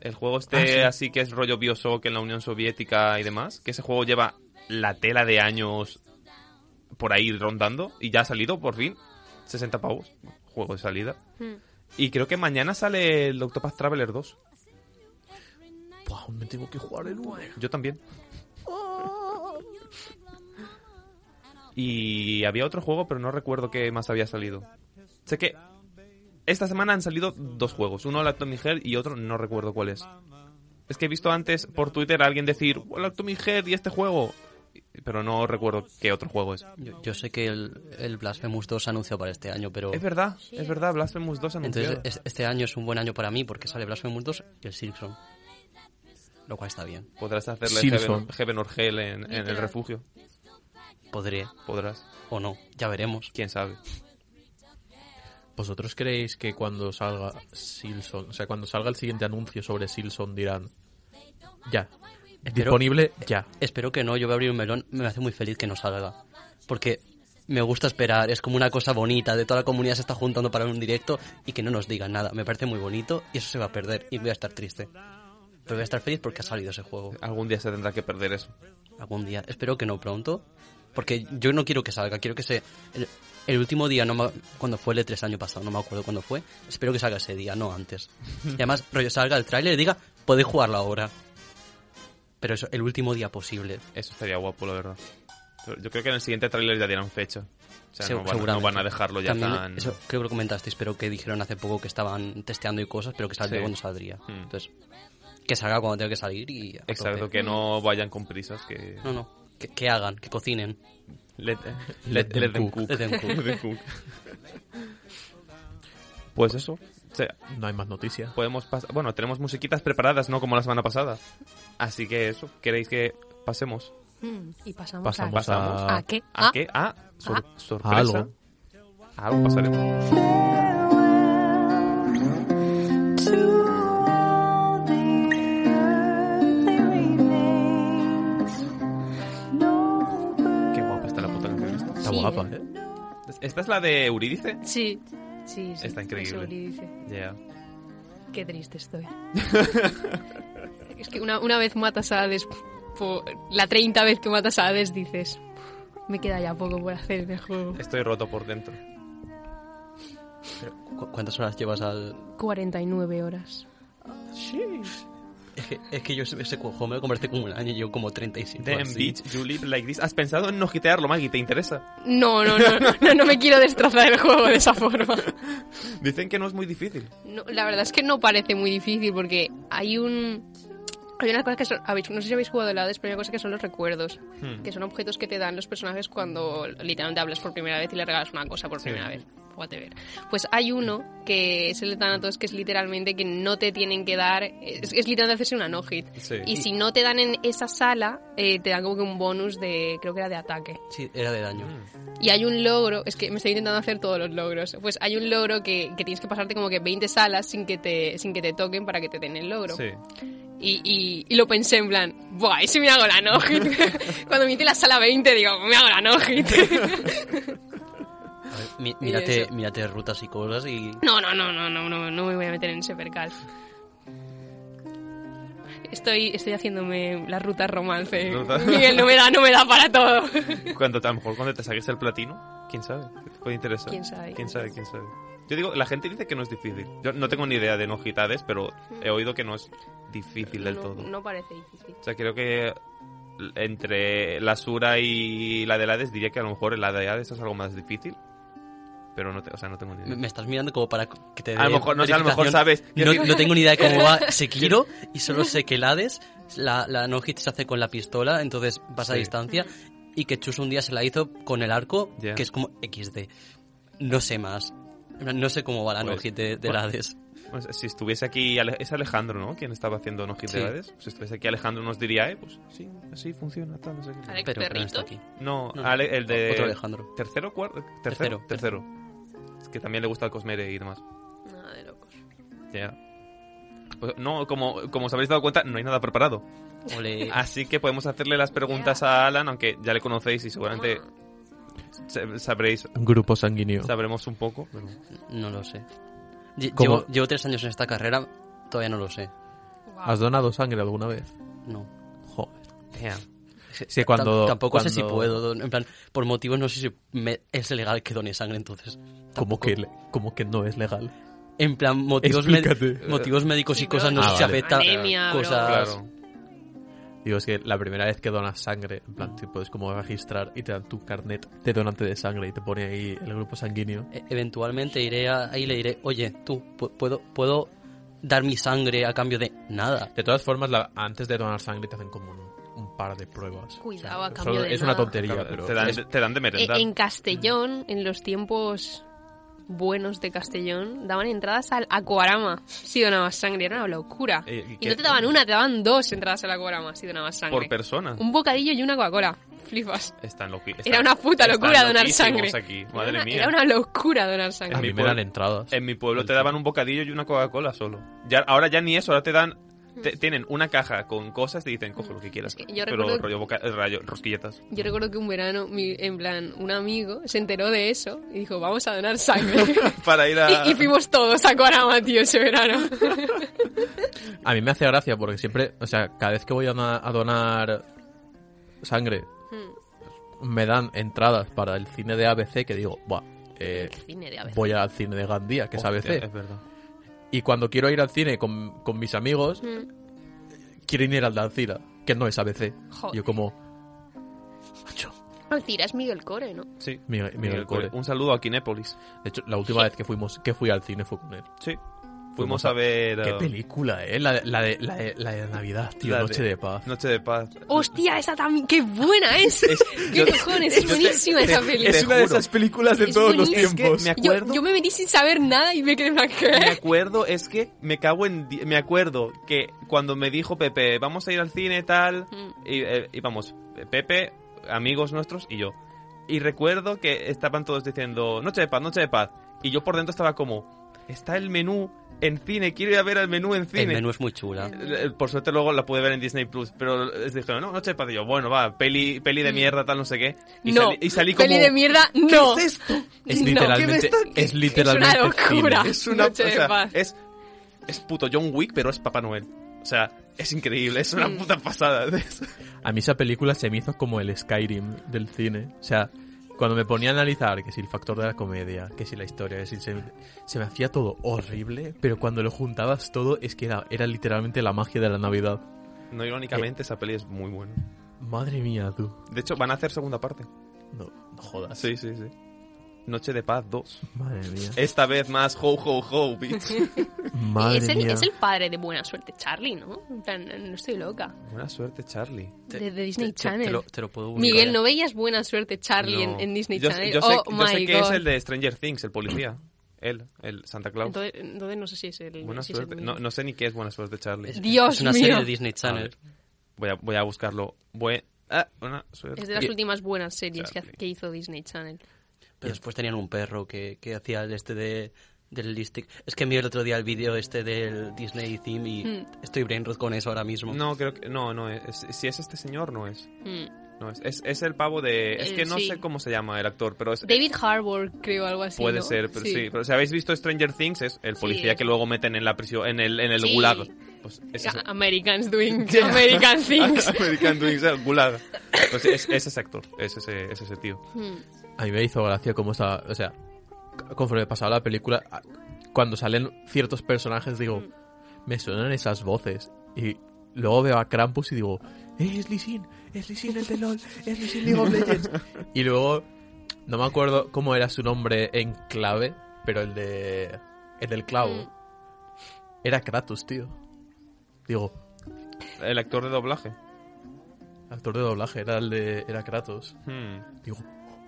el juego este
Ah, sí.
así que es rollo Bioshock en la Unión Soviética y demás, que ese juego lleva la tela de años por ahí rondando y ya ha salido por fin, 60 pavos, juego de salida.
Hmm.
Y creo que mañana sale el Octopath Traveler 2.
Buah, me tengo que jugar de nuevo.
Yo también. Y había otro juego, pero no recuerdo qué más había salido. Sé que esta semana han salido dos juegos. Uno, la Tommy Heart y otro, no recuerdo cuál es. Es que he visto antes por Twitter a alguien decir, la Tommy Heart y este juego. Pero no recuerdo qué otro juego es.
Yo, yo sé que el, el Blasphemous 2 se anunció para este año, pero...
Es verdad, es verdad, Blasphemous 2 anunciado.
Entonces, es- este año es un buen año para mí porque sale Blasphemous 2 y el Silksong. Lo cual está bien.
Podrás hacerle
Simpson.
Heaven, Heaven or Hell en, en el refugio.
Podré
Podrás.
o no, ya veremos.
Quién sabe.
¿Vosotros creéis que cuando salga Silson, o sea, cuando salga el siguiente anuncio sobre Silson dirán ya, disponible ya?
Espero que no, yo voy a abrir un melón, me hace muy feliz que no salga. Porque me gusta esperar, es como una cosa bonita, de toda la comunidad se está juntando para un directo y que no nos digan nada. Me parece muy bonito y eso se va a perder y voy a estar triste. Pero voy a estar feliz porque ha salido ese juego.
Algún día se tendrá que perder eso.
algún día. Espero que no pronto. Porque yo no quiero que salga. Quiero que se. El, el último día, no me- cuando fue el E3 año pasado, no me acuerdo cuándo fue. Espero que salga ese día, no antes. Y además, rollo, salga el tráiler y diga, podéis jugarlo ahora. Pero eso, el último día posible.
Eso estaría guapo, la verdad. Pero yo creo que en el siguiente tráiler ya dirán fecha. O sea,
Se-
no, van, no
seguramente.
van a dejarlo ya
También,
tan...
Eso creo que lo comentasteis, pero que dijeron hace poco que estaban testeando y cosas, pero que saldría
Sí.
cuando saldría.
Mm.
Entonces, que salga cuando tenga que salir y. a
Exacto,
tope.
que no vayan con prisas, que...
No, no. Que, que hagan, que cocinen.
Let, eh,
Let them
them
cook.
Let them
*laughs*
cook.
Let them cook. pues eso. O sea,
No hay más noticias.
podemos pas- Bueno, tenemos musiquitas preparadas, ¿no? Como la semana pasada. Así que eso, ¿queréis que pasemos?
Hmm, Y pasamos,
Pasamos,
a...
pasamos.
a,
¿A qué?
¿A
Ah,
qué? ¿A? Sor-
a
¿Sorpresa?
algo.
A algo pasaremos. Qué guapa está la puta canción esta.
Está
Sí,
guapa,
¿eh?
¿eh?
¿Esta es la de Eurídice?
Sí. Sí, sí.
Está increíble.
Eso Uri dice.
Ya.
Qué triste estoy. *laughs* es que una, una vez matas a Hades, po- la 30 vez que matas a Hades dices, me queda ya poco por hacer en el juego.
Estoy roto por dentro.
¿Cu- ¿Cuántas horas llevas al,
49 horas.
Es que, es que yo ese- ese juego me lo compré como un año y yo como 37. o
Damn,
así.
bitch, you live like this. ¿Has pensado en no gitearlo, Maggie? ¿Te interesa?
No, no, no, no, no, no me quiero destrozar el juego de esa forma.
Dicen que no es muy difícil.
No, la verdad es que no parece muy difícil porque hay un... Hay unas cosas que son... habéis- No sé si habéis jugado de lado, pero hay una cosa que son los recuerdos.
Hmm.
Que son objetos que te dan los personajes cuando literalmente hablas por primera vez y le regalas una cosa por
Sí.
primera vez. Whatever. Pues hay uno que es el de Thanatos que es literalmente que no te tienen que dar... Es, es literalmente hacerse una no-hit.
Sí.
Y si no te dan en esa sala, eh, te dan como que un bonus de... Creo que era de ataque.
Sí, era de daño.
Hmm.
Y hay un logro, es que me estoy intentando hacer todos los logros. Pues hay un logro que, que tienes que pasarte como que 20 salas sin que te, sin que te toquen para que te den el logro.
Sí.
Y, y, y lo pensé en plan, ¡buah! ¿Y si me hago la no *laughs* Cuando me hice la sala 20, digo, me hago la no *laughs*
A ver, mi-
Y
mírate,
eso.
mírate rutas y cosas y...
No, no, no, no, no, no, no me voy a meter en ese percal. Estoy, estoy haciéndome la ruta romance.
*laughs* Ruta.
Miguel, no me da, no me da para todo.
Cuando, a lo mejor cuando te saques el platino, quién sabe, te puede interesar.
¿Quién sabe?
Quién sabe, quién sabe. Yo digo, la gente dice que no es difícil. Yo no tengo ni idea de no gitades, pero he oído que no es difícil del
no,
todo.
no parece difícil.
O sea, creo que entre la Sura y la de Hades diría que a lo mejor la de Hades es algo más difícil. Pero no, te- o sea, no tengo ni
Me,
idea.
me estás mirando como para que te dé
A lo mejor, no sé, a lo mejor
verificación.
sabes. Quiero
No,
decir-
no tengo ni idea de cómo
*laughs*
va Sekiro y solo sé que el Hades, la, la no hit se hace con la pistola, entonces vas a
Sí.
distancia y que Chus un día se la hizo con el arco,
Ya.
que es como XD. No sé más. No sé cómo va la no
Pues-
hit de, del
bueno.
Hades.
Pues, si estuviese aquí, Ale- es Alejandro, ¿no? Quien estaba haciendo no hit
Sí.
de Hades. Si estuviese aquí Alejandro nos diría, eh, pues sí, así funciona, tal, no sé qué.
Alex
Pero, pero no está
Perrito.
aquí.
No,
No,
Ale- el de...
Otro Alejandro.
¿Tercero? cuarto? Tercero.
Tercero.
Tercero. Es que también le gusta el Cosmere y demás.
Nada de locos.
Ya. Pues, no, como, como os habréis dado cuenta, no hay nada preparado.
Ole.
Así que podemos hacerle las preguntas a Alan, aunque ya le conocéis y seguramente se- sabréis,
Grupo sanguíneo.
sabremos un poco. pero-
No lo sé. Lle-
¿Cómo?
Llevo, llevo tres años en esta carrera, todavía no lo sé.
¿Has donado sangre alguna vez?
No.
Joder.
Tam-
Sí, cuando,
tampoco sé si
cuando-
puedo. don- En plan, por motivos no sé si me- es legal que done sangre, entonces.
Como
tampoco-
que, le- como que no es legal.
En plan, motivos, med-
Explícate.
motivos médicos y
Sí,
cosas no
bro.
sé
Ah,
si
vale.
afecta
Anemia, bro.
cosas.
Claro.
Digo, es que la primera vez que donas sangre, en plan, te puedes como registrar y te dan tu carnet de donante de sangre y te pone ahí el grupo sanguíneo.
E- eventualmente iré a- ahí y le diré, oye, tú, pu- puedo, puedo dar mi sangre a cambio de nada.
De todas formas, la- antes de donar sangre te hacen como un, un par de pruebas.
Cuidado, a
Solo-
cambio de
es
nada.
una tontería, pero
te, dan,
es-
te dan de
Eh,
merendar.
En Castellón, en los tiempos buenos de Castellón, daban entradas al acuarama si donabas sangre. Era una locura.
Eh, ¿y
y
qué?
no te daban una, te daban dos entradas al acuarama si donabas
Por
sangre.
persona.
Un bocadillo y una Coca-Cola. Flipas.
Están loqui-
Era
están-
una puta
están
locura donar
loquísimos
sangre.
aquí,
Era
Madre
una-
mía.
Era una locura donar
a
sangre.
mí
mi
me
pueblo-
dan entradas.
En mi pueblo te daban un bocadillo y una Coca-Cola solo. Ya, ahora ya ni eso, ahora te dan. te- tienen una caja con cosas y te dicen, coge lo que quieras.
Mm. Es que yo
pero
recuerdo-
rollo, boca- eh, rayo-
*laughs*
rosquilletas. *laughs*
Yo recuerdo que un verano, mi- en plan, un amigo se enteró de eso y dijo, vamos a donar
*laughs*
sangre.
Para ir a.
y, y fuimos todos a acuarama, tío, ese
*laughs*
verano.
A mí me hace gracia porque siempre, o sea, cada vez que voy a, na- a donar sangre,
Hmm.
me dan entradas para el cine de ABC que digo, buah, eh,
Cine de abejas.
voy al cine de Gandía, que es
Hostia,
ABC.
Es verdad.
Y cuando quiero ir al cine con, con mis amigos,
Hmm.
quieren ir al de Alcira, que no es ABC.
Joder.
Yo como... Macho,
Alcira es Miguel Core, ¿no?
Sí.
Miguel, Miguel Cole.
Un saludo a Kinépolis.
De hecho, la última vez que fuimos que fui al cine fue con él.
Sí. Fuimos
Fuimos
a,
a-
ver.
Qué
uh,
película, ¿eh? La de, la de, la de- la de Navidad, tío.
la
Noche de Paz.
Noche de paz.
Hostia, esa también, qué buena es. *laughs* qué
yo-
cojones, es
yo te-
buenísima esa película.
Es una de
juro.
esas películas de
Es
todos los
buenísima.
tiempos.
Yo- Yo, me metí sin saber nada y me quedé en plan,
me
¿qué?
acuerdo es que me cago en di- me acuerdo que cuando me dijo Pepe vamos a ir al cine tal
*laughs* Mm.
y, eh, íbamos Pepe amigos nuestros y yo y recuerdo que estaban todos diciendo noche de paz noche de paz y yo por dentro estaba como está el menú en cine quiero ir a ver el menú en
El
cine
menú es muy chula.
Eh, eh, por suerte luego la pude ver en Disney Plus pero les dijeron no noche de paz y yo bueno va peli peli de mierda tal no sé qué y
Mm. no,
salí, y salí como
peli de mierda, no.
¿qué es esto
Es
No,
literalmente...
¿qué me está-
es literalmente
una locura.
cine.
Es una
Ah, Noche de
o sea,
paz.
Es, es puto John Wick, pero es Papá Noel. O sea, es increíble, es
Mm.
una puta pasada. *laughs*
A mí esa película se me hizo como el Skyrim del cine. O sea, Cuando me ponía a analizar que si el factor de la comedia, que si la historia, que si se, se me hacía todo horrible, pero cuando lo juntabas todo es que era, era literalmente la magia de la Navidad.
No irónicamente, esa peli es muy buena.
Madre mía, tú.
De hecho, van a hacer segunda parte.
No, no
¿Ah,
jodas.
Sí, sí, sí. Noche de Paz 2.
Madre mía.
Esta vez más ho ho ho,
*laughs*
bitch.
Madre
es, el,
mía.
es el padre de Buena Suerte, Charlie, ¿no? En plan, no estoy loca.
Buena suerte, Charlie.
Te-
De, de
te-
Disney
te-
Channel.
Te, lo, te lo puedo buscar.
Miguel, ¿no veías Buena Suerte, Charlie, en,
eh. No.
en Disney
yo,
Channel?
Yo sé,
oh,
yo
my
sé que
God.
es el de Stranger Things, el policía. Él, el Santa Claus.
Entonces, entonces no sé si es el.
buena
si es el
suerte.
mío.
No, no sé ni qué es buena suerte, Charlie.
Es-
Dios
es una
mío.
serie de Disney Channel.
Voy a, voy a buscarlo. Bue- ah, buena suerte.
Es de las últimas buenas series que,
Charlie.
que hizo Disney Channel.
Pero después tenían un perro que, que hacía el este de, del listic. Es que vi el otro día el vídeo este del Disney theme y estoy brain rot con eso ahora mismo.
No, creo que. No, no es. Si es este señor, no es.
Mm.
No es. Es, es el pavo de. Es
Eh,
que no
sí.
sé cómo se llama el actor, pero es.
David Harbour, creo, algo así.
Puede
¿no?
ser, pero sí. Pero si habéis visto Stranger Things, es el policía
es.
que luego meten en la prisión, en el, en el
Sí.
gulag. Pues es ese.
A-
*laughs*
Americans doing
*laughs* Yeah.
American things.
American Twins, el gulag. Pues es, es ese actor, es ese, es ese tío.
Mm.
A mí me hizo gracia cómo estaba. O sea, c- conforme pasaba la película, a- cuando salen ciertos personajes, digo, me suenan esas voces. Y luego veo a Krampus y digo, "Eh, es Lisin, es Lisin el de LOL, es Lisin League of Legends. y luego, no me acuerdo cómo era su nombre en clave, pero el de. El del clavo. Era Kratos, tío. Digo,
El actor de doblaje.
actor de doblaje, era el de. Era Kratos.
Hmm.
Digo,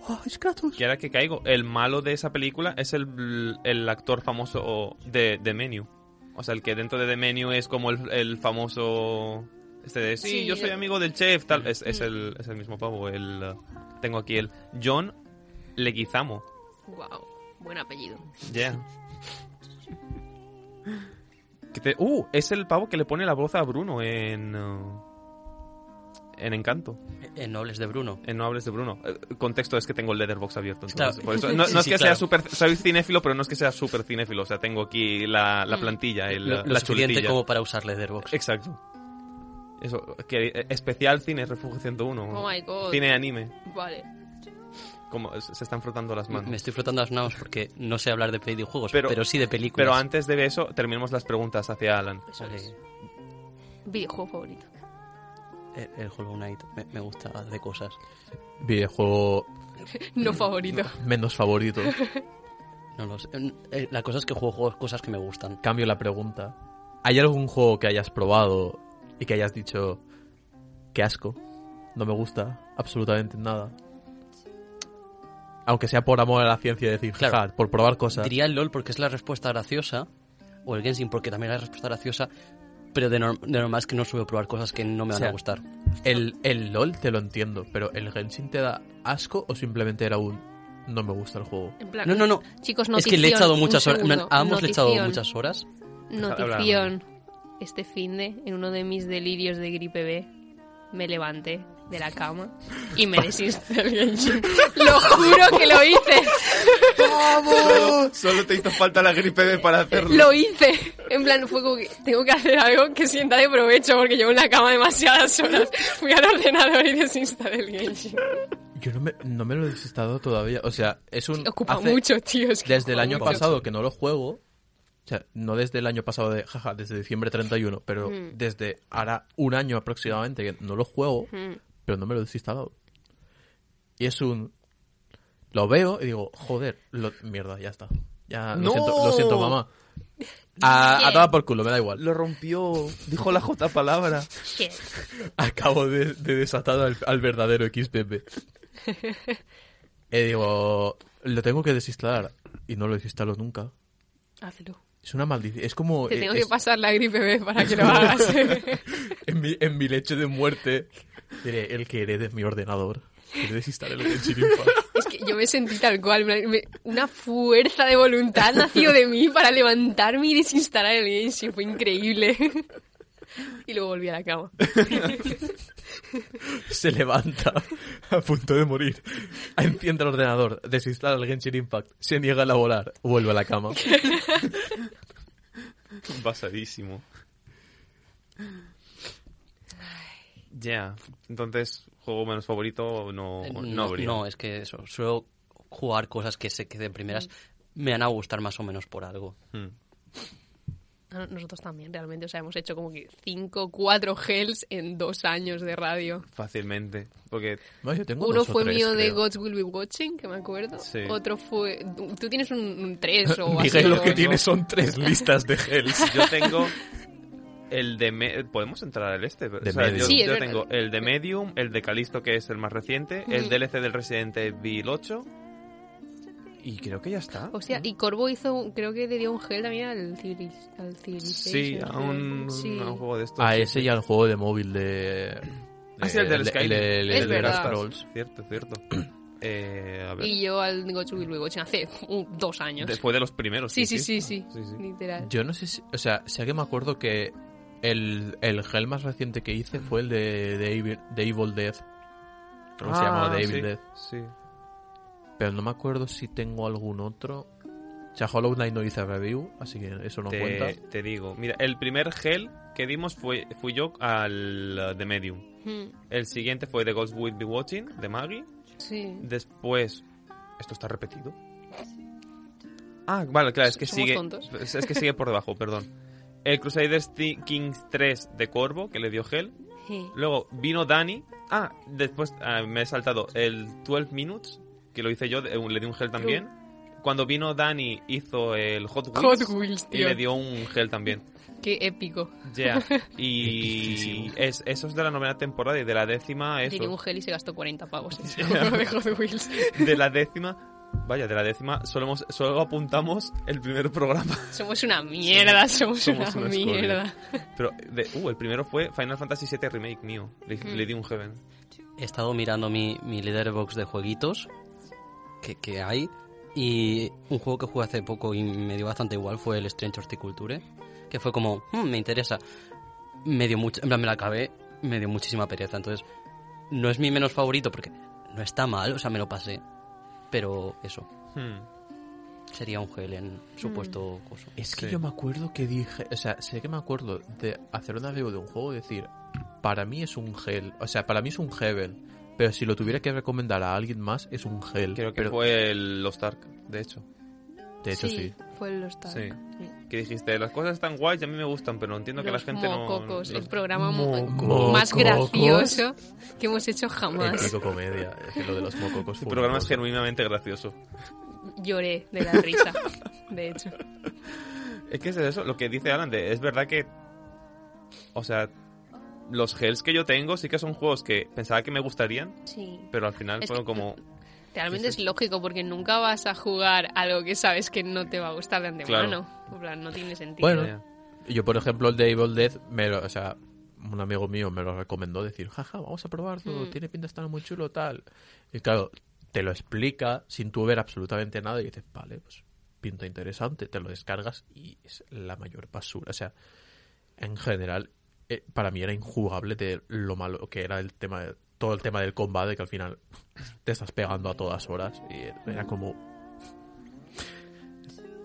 ¡oh, es Kratos!
Y ahora que caigo, el malo de esa película es el, el actor famoso de, de Menu. O sea, el que dentro de The Menu es como el, el famoso... Este de, sí,
Sí, eh, mm,
yo
yo-
soy amigo del chef, tal. Es, es el, es el mismo pavo. El, eh, tengo aquí el John Leguizamo.
Wow, buen apellido.
Yeah. Que te- uh, es el pavo que le pone la voz a Bruno en... eh, en Encanto.
En Nobles de Bruno.
Eh, no hables de Bruno. Eh, contexto es que tengo el Letterbox abierto. entonces,
Claro. *laughs*
por eso- no, no
Sí,
es
sí,
que sea
claro.
super. Soy cinéfilo, pero no es que sea súper cinéfilo. O sea, tengo aquí la, la plantilla, el-
Mm. Lo, lo
la
suficiente
chuletilla.
como para usar Leatherbox.
Exacto. Eso, que, eh, especial cine Refugio 101.
Oh my God.
Cine anime.
Vale.
Como se se están frotando las manos.
Me estoy frotando las manos porque no sé hablar de videojuegos,
Pero-
pero, sí de películas.
Pero antes de eso, terminemos las preguntas hacia Alan.
Eso
Ok.
es. Videojuego favorito. *laughs*
El, Eh, el Hollow Knight me, me gusta de cosas.
Videojuego
No
Mm,
favorito.
menos favorito.
No lo sé. Eh, La cosa es que juego juegos- cosas que me gustan.
Cambio la pregunta. ¿Hay algún juego que hayas probado y que hayas dicho que asco? No me gusta absolutamente nada. Aunque sea por amor a la ciencia, decir,
Claro.
"Jaja, por probar cosas.
Diría el LOL porque es la respuesta graciosa, o el Genshin porque también es la respuesta graciosa, pero de, norm- de normal es que no suelo probar cosas que no me van
O sea,
a gustar.
El, el LOL te lo entiendo, pero ¿el Genshin te da asco o simplemente era un no me gusta el juego?
En plan,
No, no, no.
Chicos,
es que le he
notición,
echado
un
muchas horas. en plan,
segundo,
A ambos le he echado
notición.
muchas horas.
Deja de hablar,
Notición. Este finde, en uno de mis delirios de gripe B, me levanté de la cama
*laughs*
y me desinstalé el Genshin. Lo juro que lo hice.
Solo, solo te hizo falta la gripe B para hacerlo.
Lo hice. En plan, fue como que tengo que hacer algo que sienta de provecho porque llevo en la cama demasiadas horas. Fui al ordenador y desinstalé el Genshin.
Yo no me, no me lo he desinstalado todavía. O sea, es un...
Ocupa
hace-
mucho, tío. es que
Desde el
ocupa
año
mucho.
pasado que no lo juego, o sea, no desde el año pasado de, jaja, desde diciembre 31, pero
Mm.
desde ahora un año aproximadamente que no lo juego,
Mm.
pero no me lo he desinstalado. Y es un... Lo veo y digo, joder, lo- mierda, ya está. Ya,
¡No!
lo, siento, lo siento, mamá. A, a
Bien.
tomar por culo, me da igual.
Lo rompió. Dijo la J palabra.
¿Qué?
*laughs* Acabo de, de desatar al, al verdadero XPP.
*laughs*
y Eh, digo, lo tengo que desinstalar. Y no lo desinstalo nunca.
Hazlo.
Es una maldición. Es como... e-,
Te tengo
Oh, eh, es-
que pasar la gripe B para que
*laughs*
lo hagas.
en, mi, en mi lecho de
*laughs*
muerte, diré, el que herede mi ordenador. Quiero desinstalar el
*laughs*
Genshin Impact.
Es que yo me sentí tal cual, me- me- una fuerza de voluntad nació de mí para levantarme y desinstalar el Genshin, fue increíble. Y luego volví a la cama.
Se levanta *laughs* a punto de morir. Enciende el ordenador, desinstala el Genshin Impact, se niega a elaborar, vuelve a la
*laughs*
cama.
Basadísimo. Yeah. Entonces, juego menos favorito no, no, habría.
Eh, no, es que eso. Suelo jugar cosas que sé que de primeras me van a gustar más o menos por algo.
Hmm.
Ah, Nosotros también, realmente. O sea, hemos hecho como que 5, 4 gels en dos años de radio.
Fácilmente. Porque
No, yo tengo
Uno
dos o
fue
tres,
mío de
creo.
Gods Will Be Watching, que me acuerdo.
Sí.
Otro fue... tú- Tú tienes un 3 o así.
Miguel lo
¿no?
que
¿no?
tiene son tres listas
*laughs*
de gels.
yo tengo el de... me- Podemos entrar al este. pero-
De
o sea, yo,
Medium.
Sí, es
yo
verdad.
tengo el de Medium, el de Calisto, que es el más reciente, el
Mm.
DLC del Resident Evil 8. Y creo que ya está.
Hostia, y Corvo hizo, un- creo que le dio un gel también al Civil, al Civilization,
Sí, a
creo.
un,
Sí.
a un juego de estos.
A ese y al juego de móvil de.
Ah, sí, el del Skyrim.
Eh, el-
Es
el de
verdad.
Dark Souls.
Cierto, cierto. Eh, a ver.
Y yo al Gods Will Be Watching hace uh, dos años.
Después de los primeros.
Sí, sí, sí, sí,
Sí, sí.
Literal.
Yo no sé si. O sea, sé que me acuerdo que el, el gel más reciente que hice fue el de, de, Evil, de Evil Death. Creo que se
Ah,
llamaba The Evil
sí,
Death.
Sí.
Pero no me acuerdo si tengo algún otro. O sea, Hollow Knight no hice review, así que eso no cuenta.
Te, te digo. Mira, el primer gel que dimos fue, fui yo al uh, de Medium.
Mm,
El siguiente fue The Ghost Will Be Watching, de Maggie.
Sí.
Después. Esto está repetido. Ah, vale, claro, es que
Somos
sigue.
tontos.
Es es que sigue por debajo, perdón. El Crusaders Ti- Kings 3 de Corvo, que le dio gel.
Sí.
Luego vino Dani. Ah, después ah, me he saltado el 12 Minutes, que lo hice yo, de- le di un gel también. Cuando vino Dani hizo el Hot
Hot
Wheels,
Wheels,
y
tío.
le dio un gel también. *laughs*
Qué épico.
Yeah. Y es, eso es de la novena temporada y de la décima
Le dio un
eso.
gel y se gastó 40 pavos en ese juego de Hot Wheels.
*laughs* De la décima... Vaya, de la décima solo, hemos- solo apuntamos el primer programa. *laughs*
Somos una mierda, somos,
somos
una
una escoria.
mierda.
Pero, de, uh, el primero fue Final Fantasy VII Remake mío. Le, le di un heaven.
He estado mirando mi, mi leaderbox de jueguitos que, que hay y un juego que jugué hace poco y me dio bastante igual fue el Strange Horticulture, que fue como, "Hmm, me interesa. Me dio mucho, en plan, me la acabé, me dio muchísima pereza. Entonces, no es mi menos favorito porque no está mal, o sea, me lo pasé. Pero eso,
Hmm.
sería un gel en supuesto
Mm.
coso.
Es que
Sí.
yo me acuerdo que dije, o sea, sé que me acuerdo de hacer una review de un juego y decir, para mí es un gel, o sea, para mí es un Hebel, pero si lo tuviera que recomendar a alguien más, es un gel.
Creo que
pero,
fue el Lost Ark, de hecho.
De hecho, sí.
Fue el Lost Ark.
Sí. que dijiste, las cosas están guays y a mí me gustan, pero entiendo que la
Los
gente no-
mococos,
no...
el programa mo-
Mococos.
más gracioso que hemos hecho jamás.
Épico comedia, es que lo de los mococos.
Su
fue
este programa
una
es
cosa.
genuinamente gracioso.
Lloré de la risa, de hecho.
Es que es eso, lo que dice Alan, de- es verdad que... O sea, los gels que yo tengo sí que son juegos que pensaba que me gustarían,
Sí.
pero al final
Es
fueron
que-
como...
Realmente
Sí,
es lógico porque nunca vas a jugar algo que sabes que no te va a gustar de antemano. En plan, no tiene sentido.
Bueno. Yo, por ejemplo, el de Evil Dead, me lo- o sea, un amigo mío me lo recomendó decir, jaja, vamos a probarlo,
Mm.
tiene pinta de estar muy chulo, tal. Y claro, te lo explica sin tú ver absolutamente nada y dices, vale, pues pinta interesante, te lo descargas y es la mayor basura. O sea, en general, eh, para mí era injugable de lo malo que era el tema, de- todo el tema del combate, que al final te estás pegando a todas horas y era como...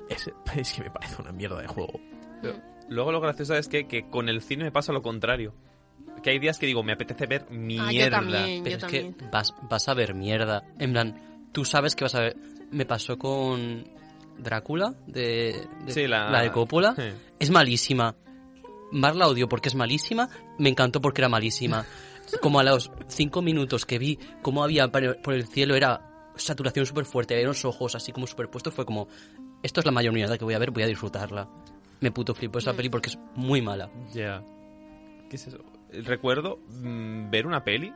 Es, es que me parece una mierda de juego.
Luego lo gracioso es que, que con el cine me pasa lo contrario. Que hay días que digo, me apetece ver mierda.
Ah, yo también,
Pero
yo
es
también.
que vas, vas a ver mierda. En plan, tú sabes que vas a ver. Me pasó con Drácula, de, de-
Sí, la-
de Coppola.
Sí.
Es malísima. Mar la odio porque es malísima. Me encantó porque era
*laughs*
malísima. Como a los cinco minutos que vi cómo había par- por el cielo, era saturación súper fuerte, había unos ojos así como superpuestos. Fue como: Esto es la mayor mierda que voy a ver, voy a disfrutarla. Me puto flipo esa peli porque es muy mala.
Ya. ¿Qué es eso? Recuerdo mm, ver una peli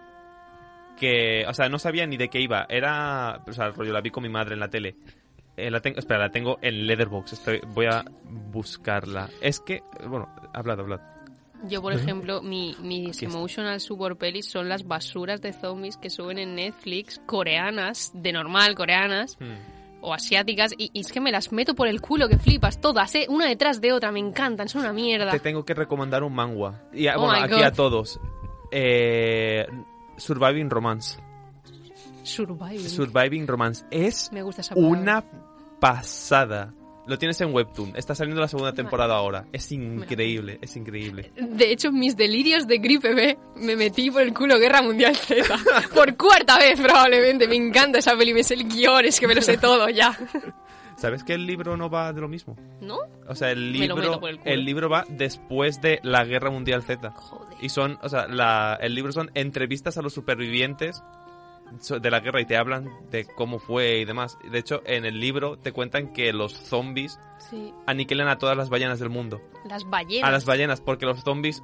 que, o sea, no sabía ni de qué iba. Era, o sea, rollo, la vi con mi madre en la tele. Eh, la tengo, espera, la tengo en Leatherbox. Estoy, voy a buscarla. Es que, bueno, hablad, hablad.
Yo, por ejemplo, mi, mis
Aquí está.
emotional support pelis son las basuras de zombies que suben en Netflix, coreanas, de normal, coreanas,
Hmm.
o asiáticas, y, y es que me las meto por el culo que flipas todas, ¿eh? Una detrás de otra, me encantan, son una mierda.
Te tengo que recomendar un manga. Y a-
Oh
bueno,
my
aquí
God.
a todos. Eh, Surviving Romance.
Surviving.
Surviving Romance es
me gusta esa palabra.
una pasada. Lo tienes en Webtoon. Está saliendo la segunda temporada ahora. Es increíble, es increíble.
De hecho, mis delirios de gripe B me metí por el culo Guerra Mundial
*laughs*
Z. Por cuarta vez, probablemente. Me encanta esa peli, me sé el guión, es que me
*laughs*
lo sé todo ya.
¿Sabes que el libro no va de lo mismo?
¿No?
O sea, el
Me lo meto
libro,
por el culo.
el libro va después de la Guerra Mundial Z.
Joder.
Y son, o sea, la- el libro son entrevistas a los supervivientes so- de la guerra y te hablan de cómo fue y demás. De hecho, en el libro te cuentan que los zombies
Sí.
aniquilan a todas las ballenas del mundo.
Las ballenas.
A las ballenas, porque los zombies,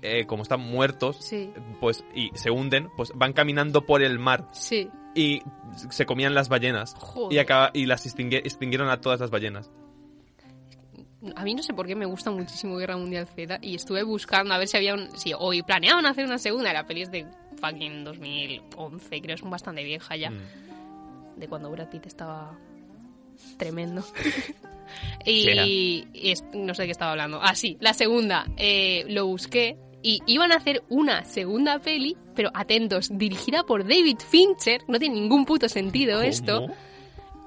eh, como están muertos,
Sí,
pues, y se hunden, pues van caminando por el mar
sí.
y se comían las ballenas.
Joder.
Y, acaba, y las extingue- extinguieron a todas las ballenas.
A mí no sé por qué me gusta muchísimo Guerra Mundial Z y estuve buscando a ver si había un... Si hoy planeaban hacer una segunda, la peli es de fucking 2011, creo, es bastante vieja ya,
Mm.
de cuando Brad Pitt estaba
*laughs*
tremendo. y
¿eh?
y es- no sé de qué estaba hablando. Ah, sí, la segunda, eh, lo busqué y iban a hacer una segunda peli, pero atentos, dirigida por David Fincher, no tiene ningún puto sentido esto.
¿Cómo?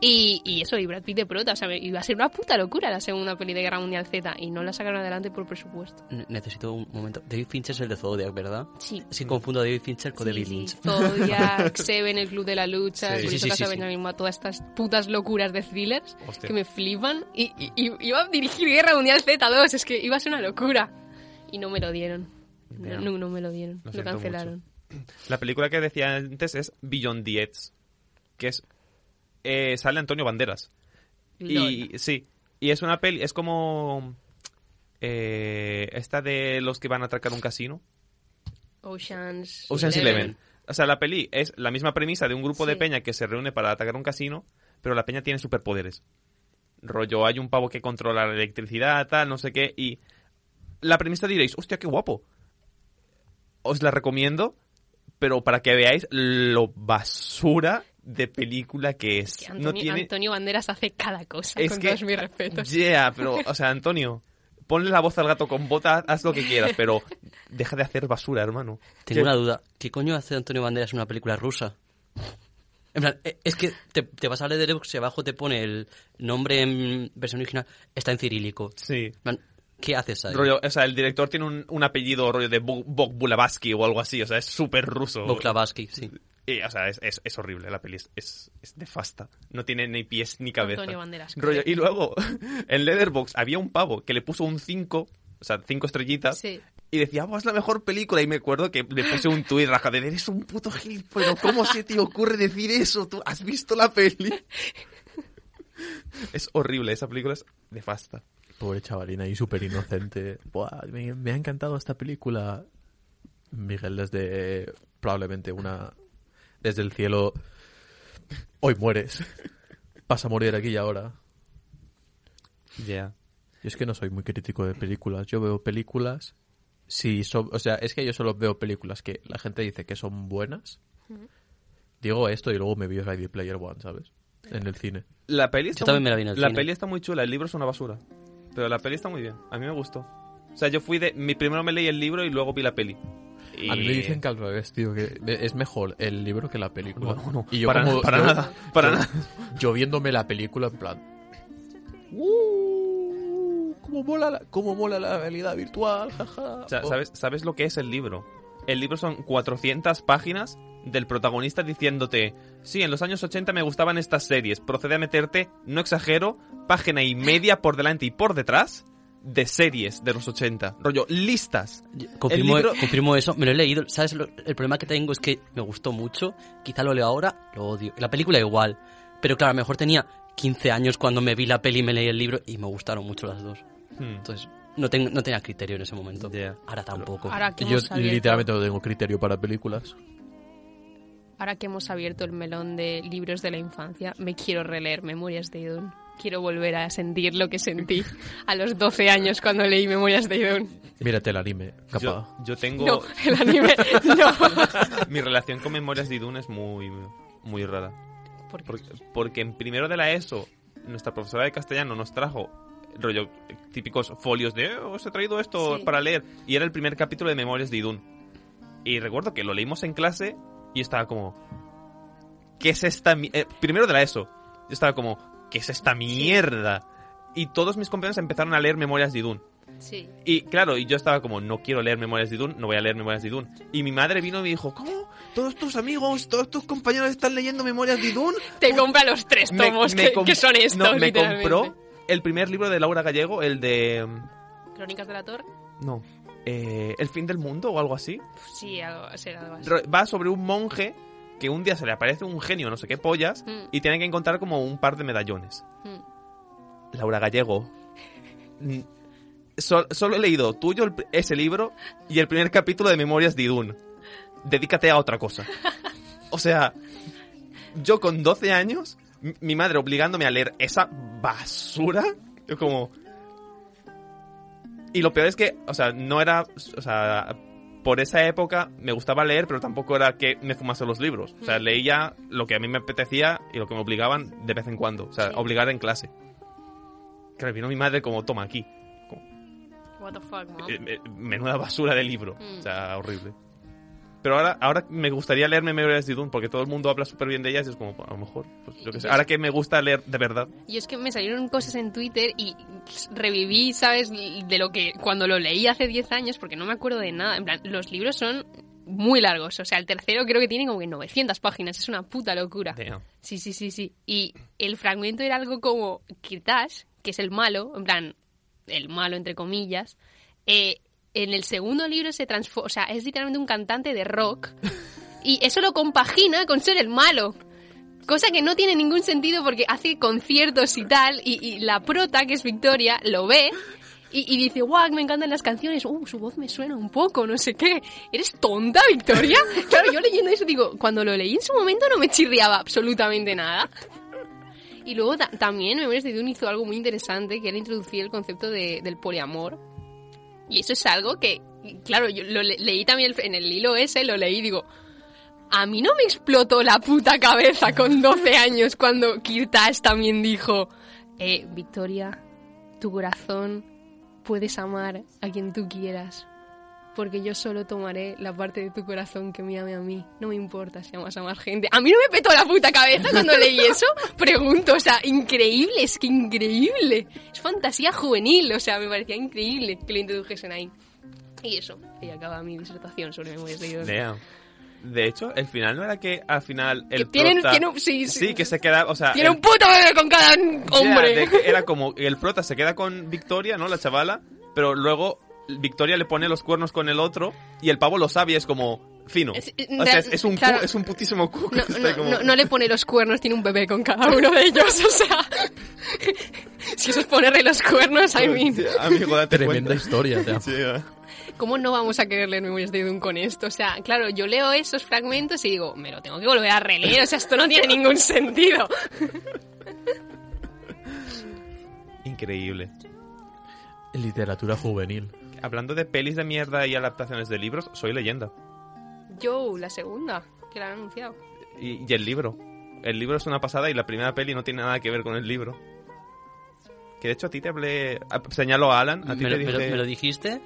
Y, y eso, y Brad Pitt de prota, o sea, iba a ser una puta locura la segunda peli de Guerra Mundial Z y no la sacaron adelante por presupuesto.
Ne- Necesito un momento. David Fincher es el de Zodiac, ¿verdad?
Sí.
Es que confundo a David Fincher con David
Mm. Sí,
Lynch.
*laughs*
Zodiac, Seven, El Club de la Lucha,
Sí.
sí,
Sí, sí, sí, sí.
todas estas putas locuras de thrillers
Hostia.
que me flipan. Y, y- y iba a dirigir Guerra Mundial Z2, es que iba a ser una locura. Y no me lo dieron. No,
Ya.
no, no me lo dieron,
Lo
lo,
siento
cancelaron.
La película que decía antes es Beyond the Edge, que es eh, sale Antonio Banderas
Lol.
y sí y es una peli es como eh, esta de los que van a atracar un casino
Oceans,
Ocean's
Eleven.
Eleven. O sea, la peli es la misma premisa de un grupo de
Sí.
peña que se reúne para atacar un casino, pero la peña tiene superpoderes. Rollo, hay un pavo que controla la electricidad, tal, no sé qué, y la premisa diréis, hostia, qué guapo. Os la recomiendo, pero para que veáis lo basura de película que es.
Que
no
Antonio,
tiene...
Antonio Banderas hace cada cosa,
Es
con
que-
todos mis respetos.
Yeah, pero, o sea, Antonio, ponle la voz al gato con bota, haz lo que quieras, pero deja de hacer basura, hermano.
Tengo
Que-
una duda. ¿Qué coño hace Antonio Banderas en una película rusa? En plan, eh, es que te, te vas a Letterboxd y abajo te pone el nombre en versión original. Está en cirílico.
Sí.
En plan, ¿Qué haces ahí?
Rollo, o sea, el director tiene un, un apellido rollo de Bu- Bogbulavsky o algo así, o sea, es súper ruso.
Boklavaski, sí.
Y, o sea, es, es- es horrible la peli, es, es, es nefasta. No tiene ni pies ni cabeza.
Antonio Banderas.
Rollo, y luego, *laughs* en Leatherbox había un pavo que le puso un 5, o sea, 5 estrellitas,
Sí.
y decía, "Oh, es la mejor película. Y me acuerdo que le puse un tuit raja de, eres un puto gil, pero ¿cómo se te ocurre decir eso? ¿Tú has visto la
*laughs*
peli? es horrible, esa película es nefasta.
Pobre chavalina y súper inocente. Buah, me, me ha encantado esta película. Miguel, desde probablemente una. Desde el cielo. Hoy mueres. Vas a morir aquí y ahora.
Ya.
Yo es que no soy muy crítico de películas. Yo veo películas. Si son, o sea, es que yo solo veo películas que la gente dice que son buenas. Digo esto y luego me vio Ready Player One, ¿sabes? En el cine.
La peli está
Yo también
muy,
me la vi en el cine.
peli está muy chula, el libro es una basura. Pero la peli está muy bien, a mí me gustó. O sea, yo fui de... Mi, primero me leí el libro y luego vi la peli. Y-
A mí me dicen que al revés, tío, que es mejor el libro que la película.
No, no, no,
Y yo
para,
como-
*laughs* para
yo-
nada, para
yo-
nada.
Yo viéndome la película en plan... "Uh, ¿Cómo mola la, cómo mola la realidad virtual? jaja".
O sea,
Oh,
¿sabes, ¿sabes lo que es el libro? El libro son 400 páginas del protagonista diciéndote, sí, en los años 80 me gustaban estas series, procede a meterte, no exagero, página y media por delante y por detrás de series de los 80. Rollo, listas.
Yo Confirmo,
libro-
confirmo eso, me lo he leído. ¿Sabes? Lo- el problema que tengo es que me gustó mucho. Quizá lo leo ahora, lo odio. La película igual. Pero claro, a lo mejor tenía 15 años cuando me vi la peli y me leí el libro y me gustaron mucho las dos.
Hmm.
Entonces, no, ten- no tenía criterio en ese momento.
Ya.
Ahora tampoco.
Ahora que
Yo
hemos abierto-
literalmente no tengo criterio para películas.
Ahora que hemos abierto el melón de libros de la infancia, me quiero releer Memorias de Idun. Quiero volver a sentir lo que sentí a los 12 años cuando leí Memorias de Idun.
Mírate el anime, capaz.
Yo, yo tengo...
No, el anime,
*laughs*
no.
Mi relación con Memorias de Idun es muy, muy rara.
¿Por qué?
Porque, porque en primero de la ESO, nuestra profesora de castellano nos trajo rollo típicos folios de "Eh, os he traído esto
Sí.
para leer. Y era el primer capítulo de Memorias de Idun. Y recuerdo que lo leímos en clase y estaba como. ¿Qué es esta mi-?" Eh, Primero de la ESO. Yo estaba como, ¿qué es esta mierda? y todos mis compañeros empezaron a leer Memorias de Idún.
Sí.
Y claro, y yo estaba como, no quiero leer Memorias de Idún, no voy a leer Memorias de Idún. Y mi madre vino y me dijo, ¿cómo? ¿Todos tus amigos, todos tus compañeros están leyendo Memorias de Idún?
Te compra los tres
Me-
tomos
me
que,
comp-
que son estos,
No, me
literalmente.
compró el primer libro de Laura Gallego, el de...
Crónicas de la Torre.
No. eh, el fin del mundo o algo así.
Uf, pues Sí, algo, será algo así.
Ro- Va sobre un monje que un día se le aparece un genio, no sé qué pollas,
Mm.
y tiene que encontrar como un par de medallones.
Mm.
Laura Gallego. mm, sol- solo he leído tuyo el pr- ese libro y el primer capítulo de Memorias de Idún. Dedícate a otra cosa. O sea, yo con 12 años, m- mi madre obligándome a leer esa basura, yo como... Y lo peor es que, o sea, no era... O sea, por esa época me gustaba leer, pero tampoco era que me fumase los libros. O sea, leía lo que a mí me apetecía y lo que me obligaban de vez en cuando. O sea,
Sí.
obligar en clase. Claro, vino mi madre como, toma aquí.
What the fuck, mom.
Eh, eh, menuda basura de libro.
Mm.
O sea, horrible. Pero ahora, ahora me gustaría leerme Memorias de Dune porque todo el mundo habla súper bien de ellas y es como, a lo mejor, pues, yo qué sé.
Yo
Ahora
sé-
que me gusta leer de verdad.
Yo es que me salieron cosas en Twitter y reviví, ¿sabes? De lo que cuando lo leí hace 10 años, porque no me acuerdo de nada. En plan, los libros son muy largos. O sea, el tercero creo que tiene como que 900 páginas. Es una puta locura.
Damn.
Sí, sí, sí, sí. Y el fragmento era algo como quizás, que es el malo, en plan, el malo entre comillas. eh, en el segundo libro se transforma, o sea, es literalmente un cantante de rock. Y eso lo compagina con ser el malo. Cosa que no tiene ningún sentido porque hace conciertos y tal, y, y la prota, que es Victoria, lo ve y, y dice, guau, me encantan las canciones, uh, su voz me suena un poco, no sé qué. ¿Eres tonta, Victoria? Claro, yo leyendo eso digo, cuando lo leí en su momento no me chirriaba absolutamente nada. Y luego ta- también Memorias de Dune hizo algo muy interesante, que era introducir el concepto de- del poliamor. Y eso es algo que, claro, yo lo le- leí también el- en el hilo ese, lo leí y digo, a mí no me explotó la puta cabeza con 12 años cuando Kirtash también dijo, eh, Victoria, tu corazón puedes amar a quien tú quieras, porque yo solo tomaré la parte de tu corazón que me ame a mí. No me importa si amas a más gente. A mí no me petó la puta cabeza cuando leí eso. Pregunto, o sea, increíble, es que increíble. Es fantasía juvenil, o sea, me parecía increíble que lo introdujesen ahí. Y eso, y acaba mi disertación sobre memorias de Dios.
Damn. De hecho, el final no era que al final el
Que tienen-
prota-
tiene un- sí, sí.
que se queda, o sea,
Tiene
Ah, el-
un puto bebé con cada
Ya,
hombre.
de que era como el prota se queda con Victoria, ¿no? La chavala, pero luego Victoria le pone los cuernos con el otro y el pavo lo sabe y es como fino.
Es-
O sea, es, es un, cu-
claro.
es un putísimo cu. *laughs* que está
No, no,
como-
no- no le pone los cuernos, tiene un bebé con cada uno de ellos, o sea. *laughs* si eso es ponerle los cuernos, I mean.
Amigo, date
Tremenda
cuenta.
historia, *laughs* o sea,
Sí, ah.
¿Cómo no vamos a querer leer Memorias de Dune con esto? O sea, claro, yo leo esos fragmentos y digo, me lo tengo que volver a releer, o sea, esto no tiene ningún sentido.
Increíble.
Literatura juvenil.
Hablando de pelis de mierda y adaptaciones de libros, soy leyenda.
Yo, la segunda, que la han anunciado.
Y, y el libro. El libro es una pasada y la primera peli no tiene nada que ver con el libro. Que de hecho a ti te hablé. a- señalo a Alan. A ti te
me, lo, me lo-
dije-
me lo dijiste,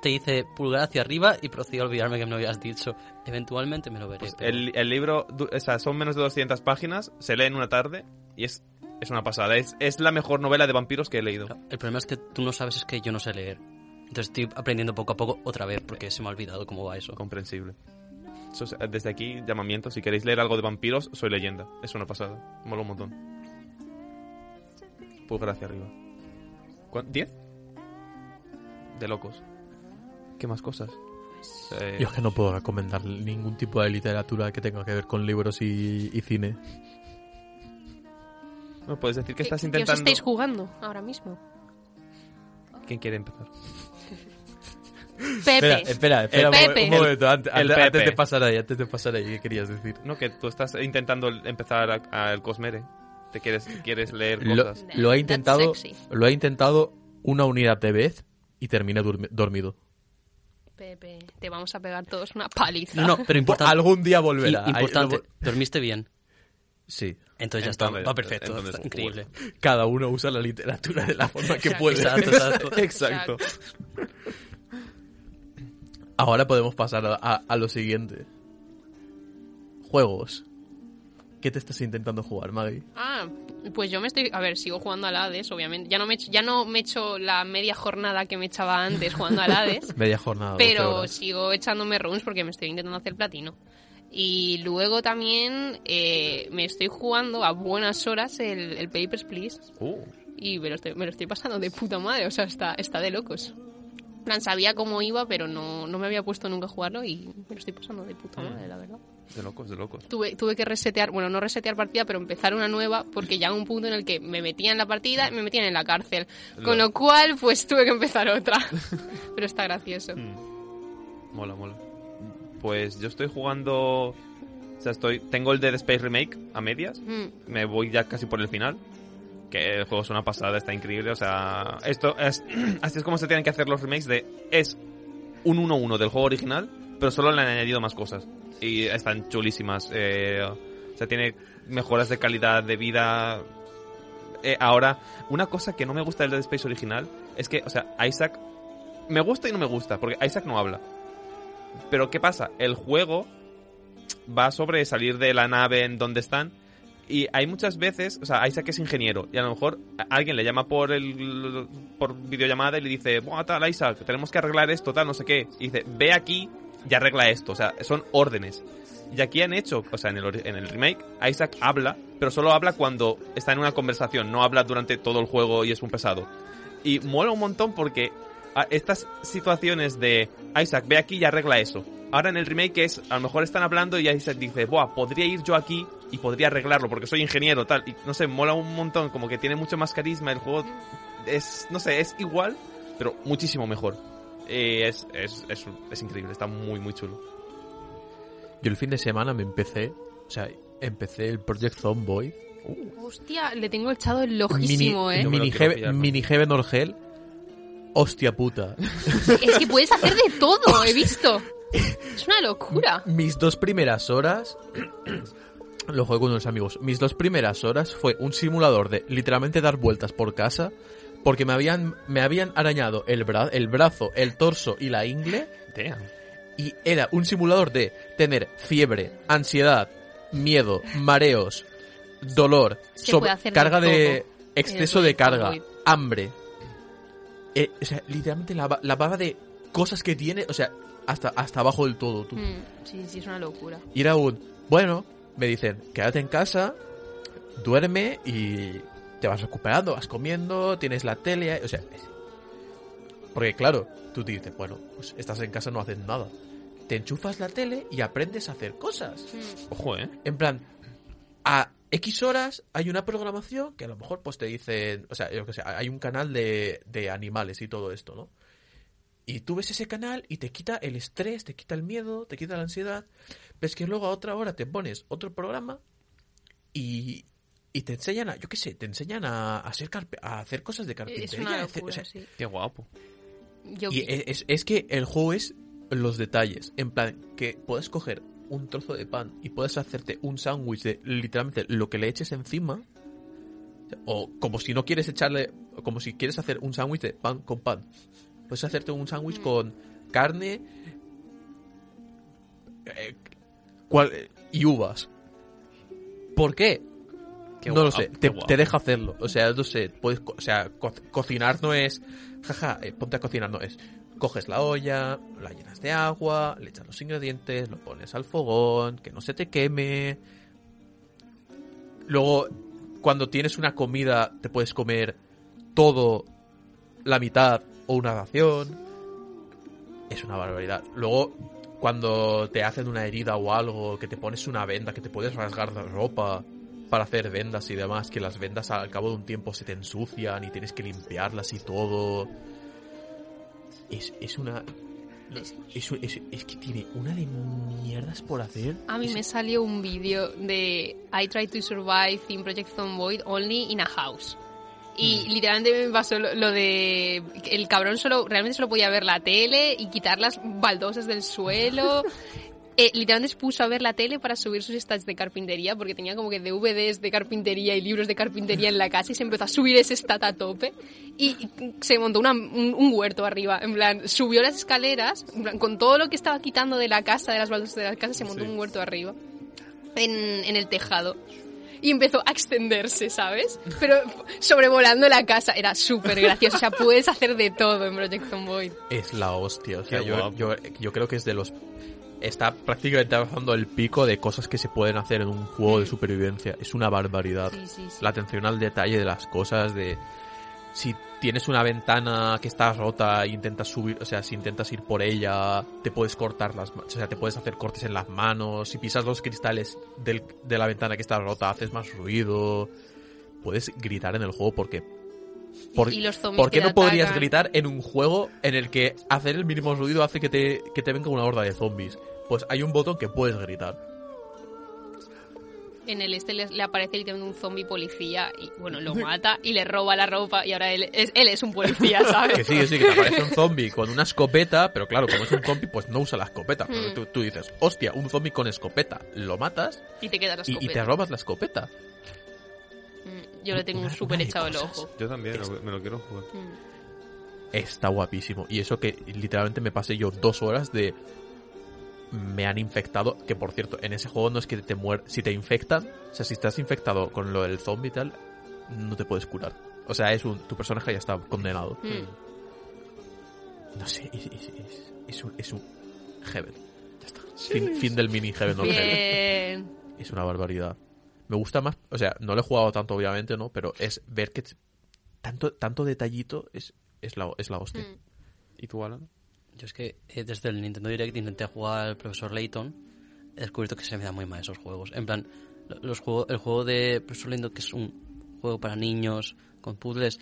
te hice pulgar hacia arriba y procedí a olvidarme que me lo habías dicho. Eventualmente me lo veré.
Pues
pero-
el, el libro, du- o sea, son menos de 200 páginas, se lee en una tarde y es, es una pasada. Es, es la mejor novela de vampiros que he leído.
el problema es que tú no sabes es que yo no sé leer. Entonces estoy aprendiendo poco a poco otra vez porque se me ha olvidado cómo va eso.
Comprensible. Eso es- Desde aquí, llamamiento, si queréis leer algo de vampiros, soy leyenda. Es una pasada. Mola un montón. Pulgar hacia arriba. ¿Cuán- ¿Diez? De locos. ¿Qué más cosas? Eh,
Yo es que no puedo recomendar ningún tipo de literatura que tenga que ver con libros y, y cine.
bueno, puedes decir que estás
os
intentando...
estáis jugando ahora mismo?
¿Quién quiere empezar?
Pepe.
espera,
espera,
un mo-
Pepe.
un momento, ante-
El
ante- antes
Pepe.
de pasar ahí, antes de pasar ahí, ¿qué querías decir?
No, que tú estás intentando empezar a- al Cosmere. Te quieres, quieres leer
Lo,
cosas.
lo ha
That's
intentado,
sexy.
lo ha intentado una unidad de vez y termina durmi- dormido.
Pepe, te vamos a pegar todos una paliza. *laughs*
No, no, pero importante.
Algún día
i-
volverá. Ahí-
importante.
lo-
Dormiste bien.
sí.
Entonces
Entonces-
ya está. Va perfecto.
entonces,
está increíble.
Cada uno usa la literatura de la forma que
Exacto.
puede.
Exacto,
*laughs*
exacto.
Exacto. Ahora podemos pasar a, a- a lo siguiente. Juegos. ¿Qué te estás intentando jugar, Maggie?
Ah, pues yo me estoy. A ver, sigo jugando al Hades, obviamente. Ya no me, ya no me echo la media jornada que me echaba antes jugando
*laughs*
al Hades.
Media jornada.
pero sigo echándome runes porque me estoy intentando hacer platino. Y luego también eh, me estoy jugando a buenas horas el, el Papers, Please.
Uh,
Y me lo, estoy, me lo estoy pasando de puta madre. O sea, está, está de locos. En plan, sabía cómo iba, pero no, no me había puesto nunca a jugarlo y me lo estoy pasando de puta madre, la verdad
de locos, de locos.
tuve, tuve que resetear, bueno, no resetear partida, pero empezar una nueva, porque ya un punto en el que me metían en la partida y me metían en la cárcel. Con
Lo-
lo cual, pues tuve que empezar otra. *laughs* pero está gracioso.
Mm.
Mm. Mola, mola. Pues yo estoy jugando. O sea, estoy. Tengo el Dead Space Remake a medias.
Mm.
me voy ya casi por el final. Que el juego es una pasada, está increíble. O sea, esto es. *clears throat* Así es como se tienen que hacer los remakes de. Es un 1-1 del juego original, pero solo le han añadido más cosas. Y están chulísimas. eh, o sea, tiene mejoras de calidad de vida. Eh, ahora, una cosa que no me gusta del Dead Space original es que, o sea, Isaac. Me gusta y no me gusta, porque Isaac no habla. Pero ¿qué pasa? El juego va sobre salir de la nave en donde están. Y hay muchas veces, o sea, Isaac es ingeniero y a lo mejor a- alguien le llama por el por videollamada y le dice, "Buah, tal Isaac, tenemos que arreglar esto, tal, no sé qué." Y dice, "Ve aquí y arregla esto." O sea, son órdenes. Y aquí han hecho, o sea, en el, ori- en el remake, Isaac habla, pero solo habla cuando está en una conversación, no habla durante todo el juego y es un pesado. Y mola un montón porque a- estas situaciones de Isaac, ve aquí y arregla eso. Ahora en el remake es, a lo mejor están hablando y Isaac dice, Buah, podría ir yo aquí y podría arreglarlo porque soy ingeniero, tal. Y no sé, mola un montón, como que tiene mucho más carisma. El juego es, no sé, es igual, pero muchísimo mejor. Eh, es, es, es, es increíble, está muy, muy chulo.
Yo el fin de semana me empecé, o sea, empecé el Project Zomboid.
Hostia, le tengo echado el
Mini,
lojísimo, ¿eh?
No me lo
mini,
quiero
Heve-
pillar, ¿no?
mini Heaven or Hell. Hostia puta.
es que puedes hacer de todo, he visto.
*laughs*
Es una locura.
Mis dos primeras horas. *clears throat* Lo jugué con unos amigos. Mis dos primeras horas fue un simulador de literalmente dar vueltas por casa. Porque me habían, me habían arañado el, bra- el brazo, el torso y la ingle. Y era un simulador de tener fiebre, ansiedad, miedo, mareos, dolor,
Se
sobre-
puede hacer de
carga de.
todo.
exceso
Eres
de carga,
muy-
hambre. Eh, o sea, literalmente la, ba- la baba de cosas que tiene, o sea, hasta, hasta abajo del todo, tú. Mm.
Mm, Sí, sí, es una locura.
Y era un, bueno, me dicen, quédate en casa, duerme y te vas recuperando, vas comiendo, tienes la tele, o sea... es- Porque claro, tú te dices, bueno, pues estás en casa, no haces nada. Te enchufas la tele y aprendes a hacer cosas.
Mm,
Ojo, eh.
En plan, a X horas hay una programación que a lo mejor pues te dicen, o sea, yo que sé, hay un canal de, de animales y todo esto, ¿no? Y tú ves ese canal y te quita el estrés, te quita el miedo, te quita la ansiedad. Ves que luego a otra hora te pones otro programa y, y te enseñan a, yo qué sé, te enseñan a, a hacer, carpe- a hacer cosas de
Es
carpintería.
una
a hacer- o sea,
locura, sí.
Qué guapo.
Yo
y e- es, es que el juego es los detalles. En plan, que puedes coger un trozo de pan y puedes hacerte un sándwich de literalmente lo que le eches encima. O como si no quieres echarle. o Como si quieres hacer un sándwich de pan con pan. Puedes hacerte un sándwich con carne. eh, cual- eh, y uvas. ¿Por qué?
Qué
no lo
guapo,
sé,
qué
te,
guapo.
te deja hacerlo. O sea, no sé, puedes, co- o sea, co- cocinar no es, jaja, eh, ponte a cocinar no es. Coges la olla, la llenas de agua, le echas los ingredientes, lo pones al fogón, que no se te queme. Luego, cuando tienes una comida, te puedes comer todo, la mitad o una ración. Es una barbaridad. Luego, cuando te hacen una herida o algo, que te pones una venda, que te puedes rasgar la ropa para hacer vendas y demás, que las vendas al cabo de un tiempo se te ensucian y tienes que limpiarlas y todo. Es, es una... Es, es- es que tiene una de mierdas por hacer.
A mí
Es-
me salió un vídeo de I try to survive in Project Zomboid only in a house. Y literalmente me pasó lo, lo de el cabrón solo realmente solo podía ver la tele y quitar las baldosas del suelo. Eh, literalmente se puso a ver la tele para subir sus stats de carpintería porque tenía como que DVDs de carpintería y libros de carpintería en la casa y se empezó a subir ese stat a tope y se montó una- un, un huerto arriba. En plan, subió las escaleras en plan, con todo lo que estaba quitando de la casa, de las baldosas de la casa, se montó
Sí.
un huerto arriba. en, en el tejado. Y empezó a extenderse, ¿sabes? Pero sobrevolando la casa. Era súper gracioso. O sea, puedes hacer de todo en Project Zomboid.
Es la hostia. O sea,
Qué
yo,
guapo.
yo, yo creo que es de los. Está prácticamente avanzando el pico de cosas que se pueden hacer en un juego de supervivencia. Es una barbaridad.
Sí, sí, sí.
La atención al detalle de las cosas, de. Si tienes una ventana que está rota e intentas subir, o sea, si intentas ir por ella, te puedes cortar las manos, o sea, te puedes hacer cortes en las manos, si pisas los cristales del- de la ventana que está rota, haces más ruido, puedes gritar en el juego porque... por-
y los zombies
¿Por
que
qué
te
no podrías
atacan.
gritar en un juego en el que hacer el mínimo ruido hace que te, que te venga una horda de zombies? Pues hay un botón que puedes gritar.
En el este le, le aparece literalmente un zombie policía y, bueno, lo mata y le roba la ropa y ahora él es, él es un policía, ¿sabes?
Que sí, que sí, que te aparece un zombie con una escopeta, pero claro, como es un zombie, pues no usa la escopeta. Pero
Mm.
Tú, tú dices, hostia, un zombie con escopeta, lo matas
Y te queda la
y, y
escopeta.
te robas la escopeta.
Mm, Yo le tengo un
Una-
súper
una de
echado el
cosas.
ojo.
Yo también, lo- me lo quiero jugar.
Mm.
Está guapísimo. Y eso que literalmente me pasé yo dos horas de... Me han infectado, que por cierto, en ese juego no es que te muer Si te infectan, o sea, si estás infectado con lo del zombie y tal, no te puedes curar. O sea, es un... Tu personaje ya está condenado.
Mm.
No sé, es, es, es, es un, es un Heaven. Ya está. Fin, fin del mini Heaven on Heaven.
Bien.
Es una barbaridad. Me gusta más, o sea, no lo he jugado tanto, obviamente, ¿no? Pero es ver que t- tanto, tanto detallito es, es, la, es la hostia.
Mm.
¿Y tú, Alan?
Yo es que eh, desde el Nintendo Direct intenté jugar al profesor Layton. He descubierto que se me dan muy mal esos juegos. En plan, lo- los juego- el juego de profesor Layton, que es un juego para niños, con puzzles.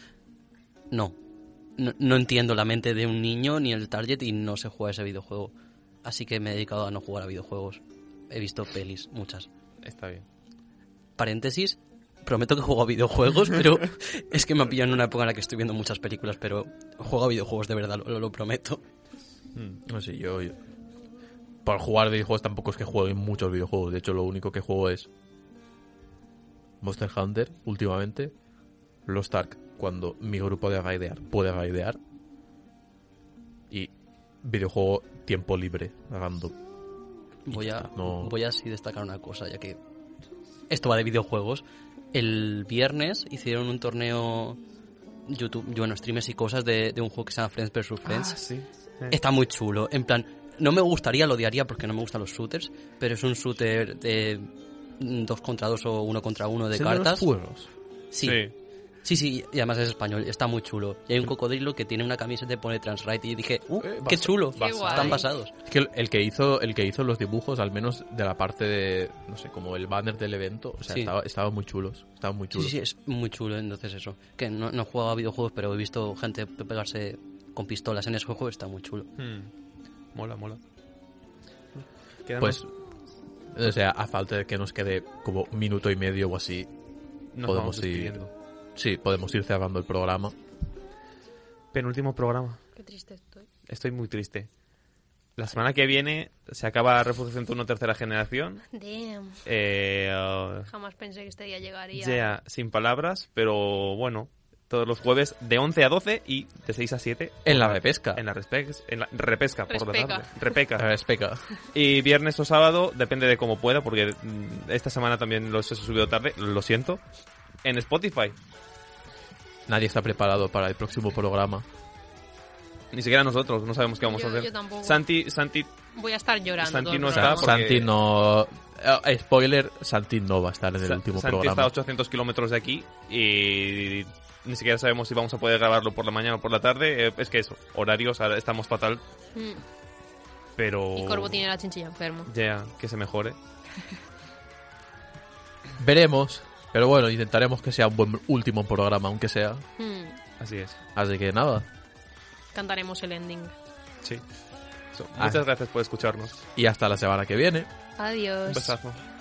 No. no. no entiendo la mente de un niño ni el target y no se juega ese videojuego. Así que me he dedicado a no jugar a videojuegos. He visto pelis, muchas.
Está bien.
Paréntesis, prometo que juego a videojuegos, pero es que me ha pillado en una época en la que estoy viendo muchas películas, pero juego a videojuegos de verdad, lo- lo prometo.
No sé, Mm, yo, yo- Por jugar videojuegos tampoco es que juegue muchos videojuegos. De hecho, lo único que juego es. Monster Hunter, últimamente. Los Ark, cuando mi grupo de raidear puede raidear. Y videojuego tiempo libre, random.
Voy a,
está, no-
voy a sí destacar una cosa, ya que esto va de videojuegos. El viernes hicieron un torneo YouTube, bueno, streamers y cosas de, de un juego que se llama Friends vs.
Ah.
Friends.
Ah, sí.
Está muy chulo. En plan, no me gustaría, lo odiaría porque no me gustan los shooters, pero es un shooter de mm, dos contra dos o uno contra uno de
¿Es el los
cartas.
fuegos?
sí. sí, sí, y además es español, está muy chulo. Y hay un cocodrilo que tiene una camiseta que pone trans right y dije, uh,
Eh, basa-
qué chulo,
Qué guay.
están basados.
Es que el- el que hizo el que hizo los dibujos, al menos de la parte de, no sé, como el banner del evento, o sea,
Sí.
estaba- estaban muy chulos, estaban muy
Sí,
chulos.
sí, es muy chulo, entonces eso. Que no, no he jugado a videojuegos, pero he visto gente pegarse con pistolas en ese juego, está muy chulo.
Hmm.
Mola, mola. Quedan
Pues, o sea, a falta de que nos quede como un minuto y medio o así,
nos
podemos
vamos
ir.
despidiendo.
sí, podemos ir cerrando el programa.
Penúltimo programa.
Qué triste estoy.
Estoy muy triste. La semana que viene se acaba Refugio 101 tercera generación.
Damn.
Eh, uh,
Jamás pensé que este día llegaría.
ya, sin palabras, pero bueno. Todos los jueves de 11 a 12 y de 6 a 7
En la repesca.
en la, respex- en la repesca por
Respeca.
la tarde. Repeca.
A ver, especa.
Y viernes o sábado, depende de cómo pueda, porque mm, esta semana también los he subido tarde, lo siento. En Spotify.
Nadie está preparado para el próximo programa.
Ni siquiera nosotros, no sabemos qué vamos
Yo-
a hacer.
yo tampoco.
Santi, Santi,
Voy a estar llorando.
Santi
todo el
no
O
está
sea,
programa.
porque-
Santi no... eh, Spoiler, Santi no va a estar en el
Sa-
último
Santi está a
programa.
800 kilómetros de aquí y ni siquiera sabemos si vamos a poder grabarlo por la mañana o por la tarde. Eh, Es que eso, horarios, ahora estamos fatal,
Mm.
pero...
Y Corvo tiene la chinchilla enfermo.
Ya, que se mejore.
Veremos, pero bueno, intentaremos que sea un buen último programa, aunque sea.
Mm.
Así es.
Así que nada,
Cantaremos el ending.
Sí. So,
Ah.
Muchas gracias por escucharnos.
y hasta la semana que viene.
Adiós.
Un besazo.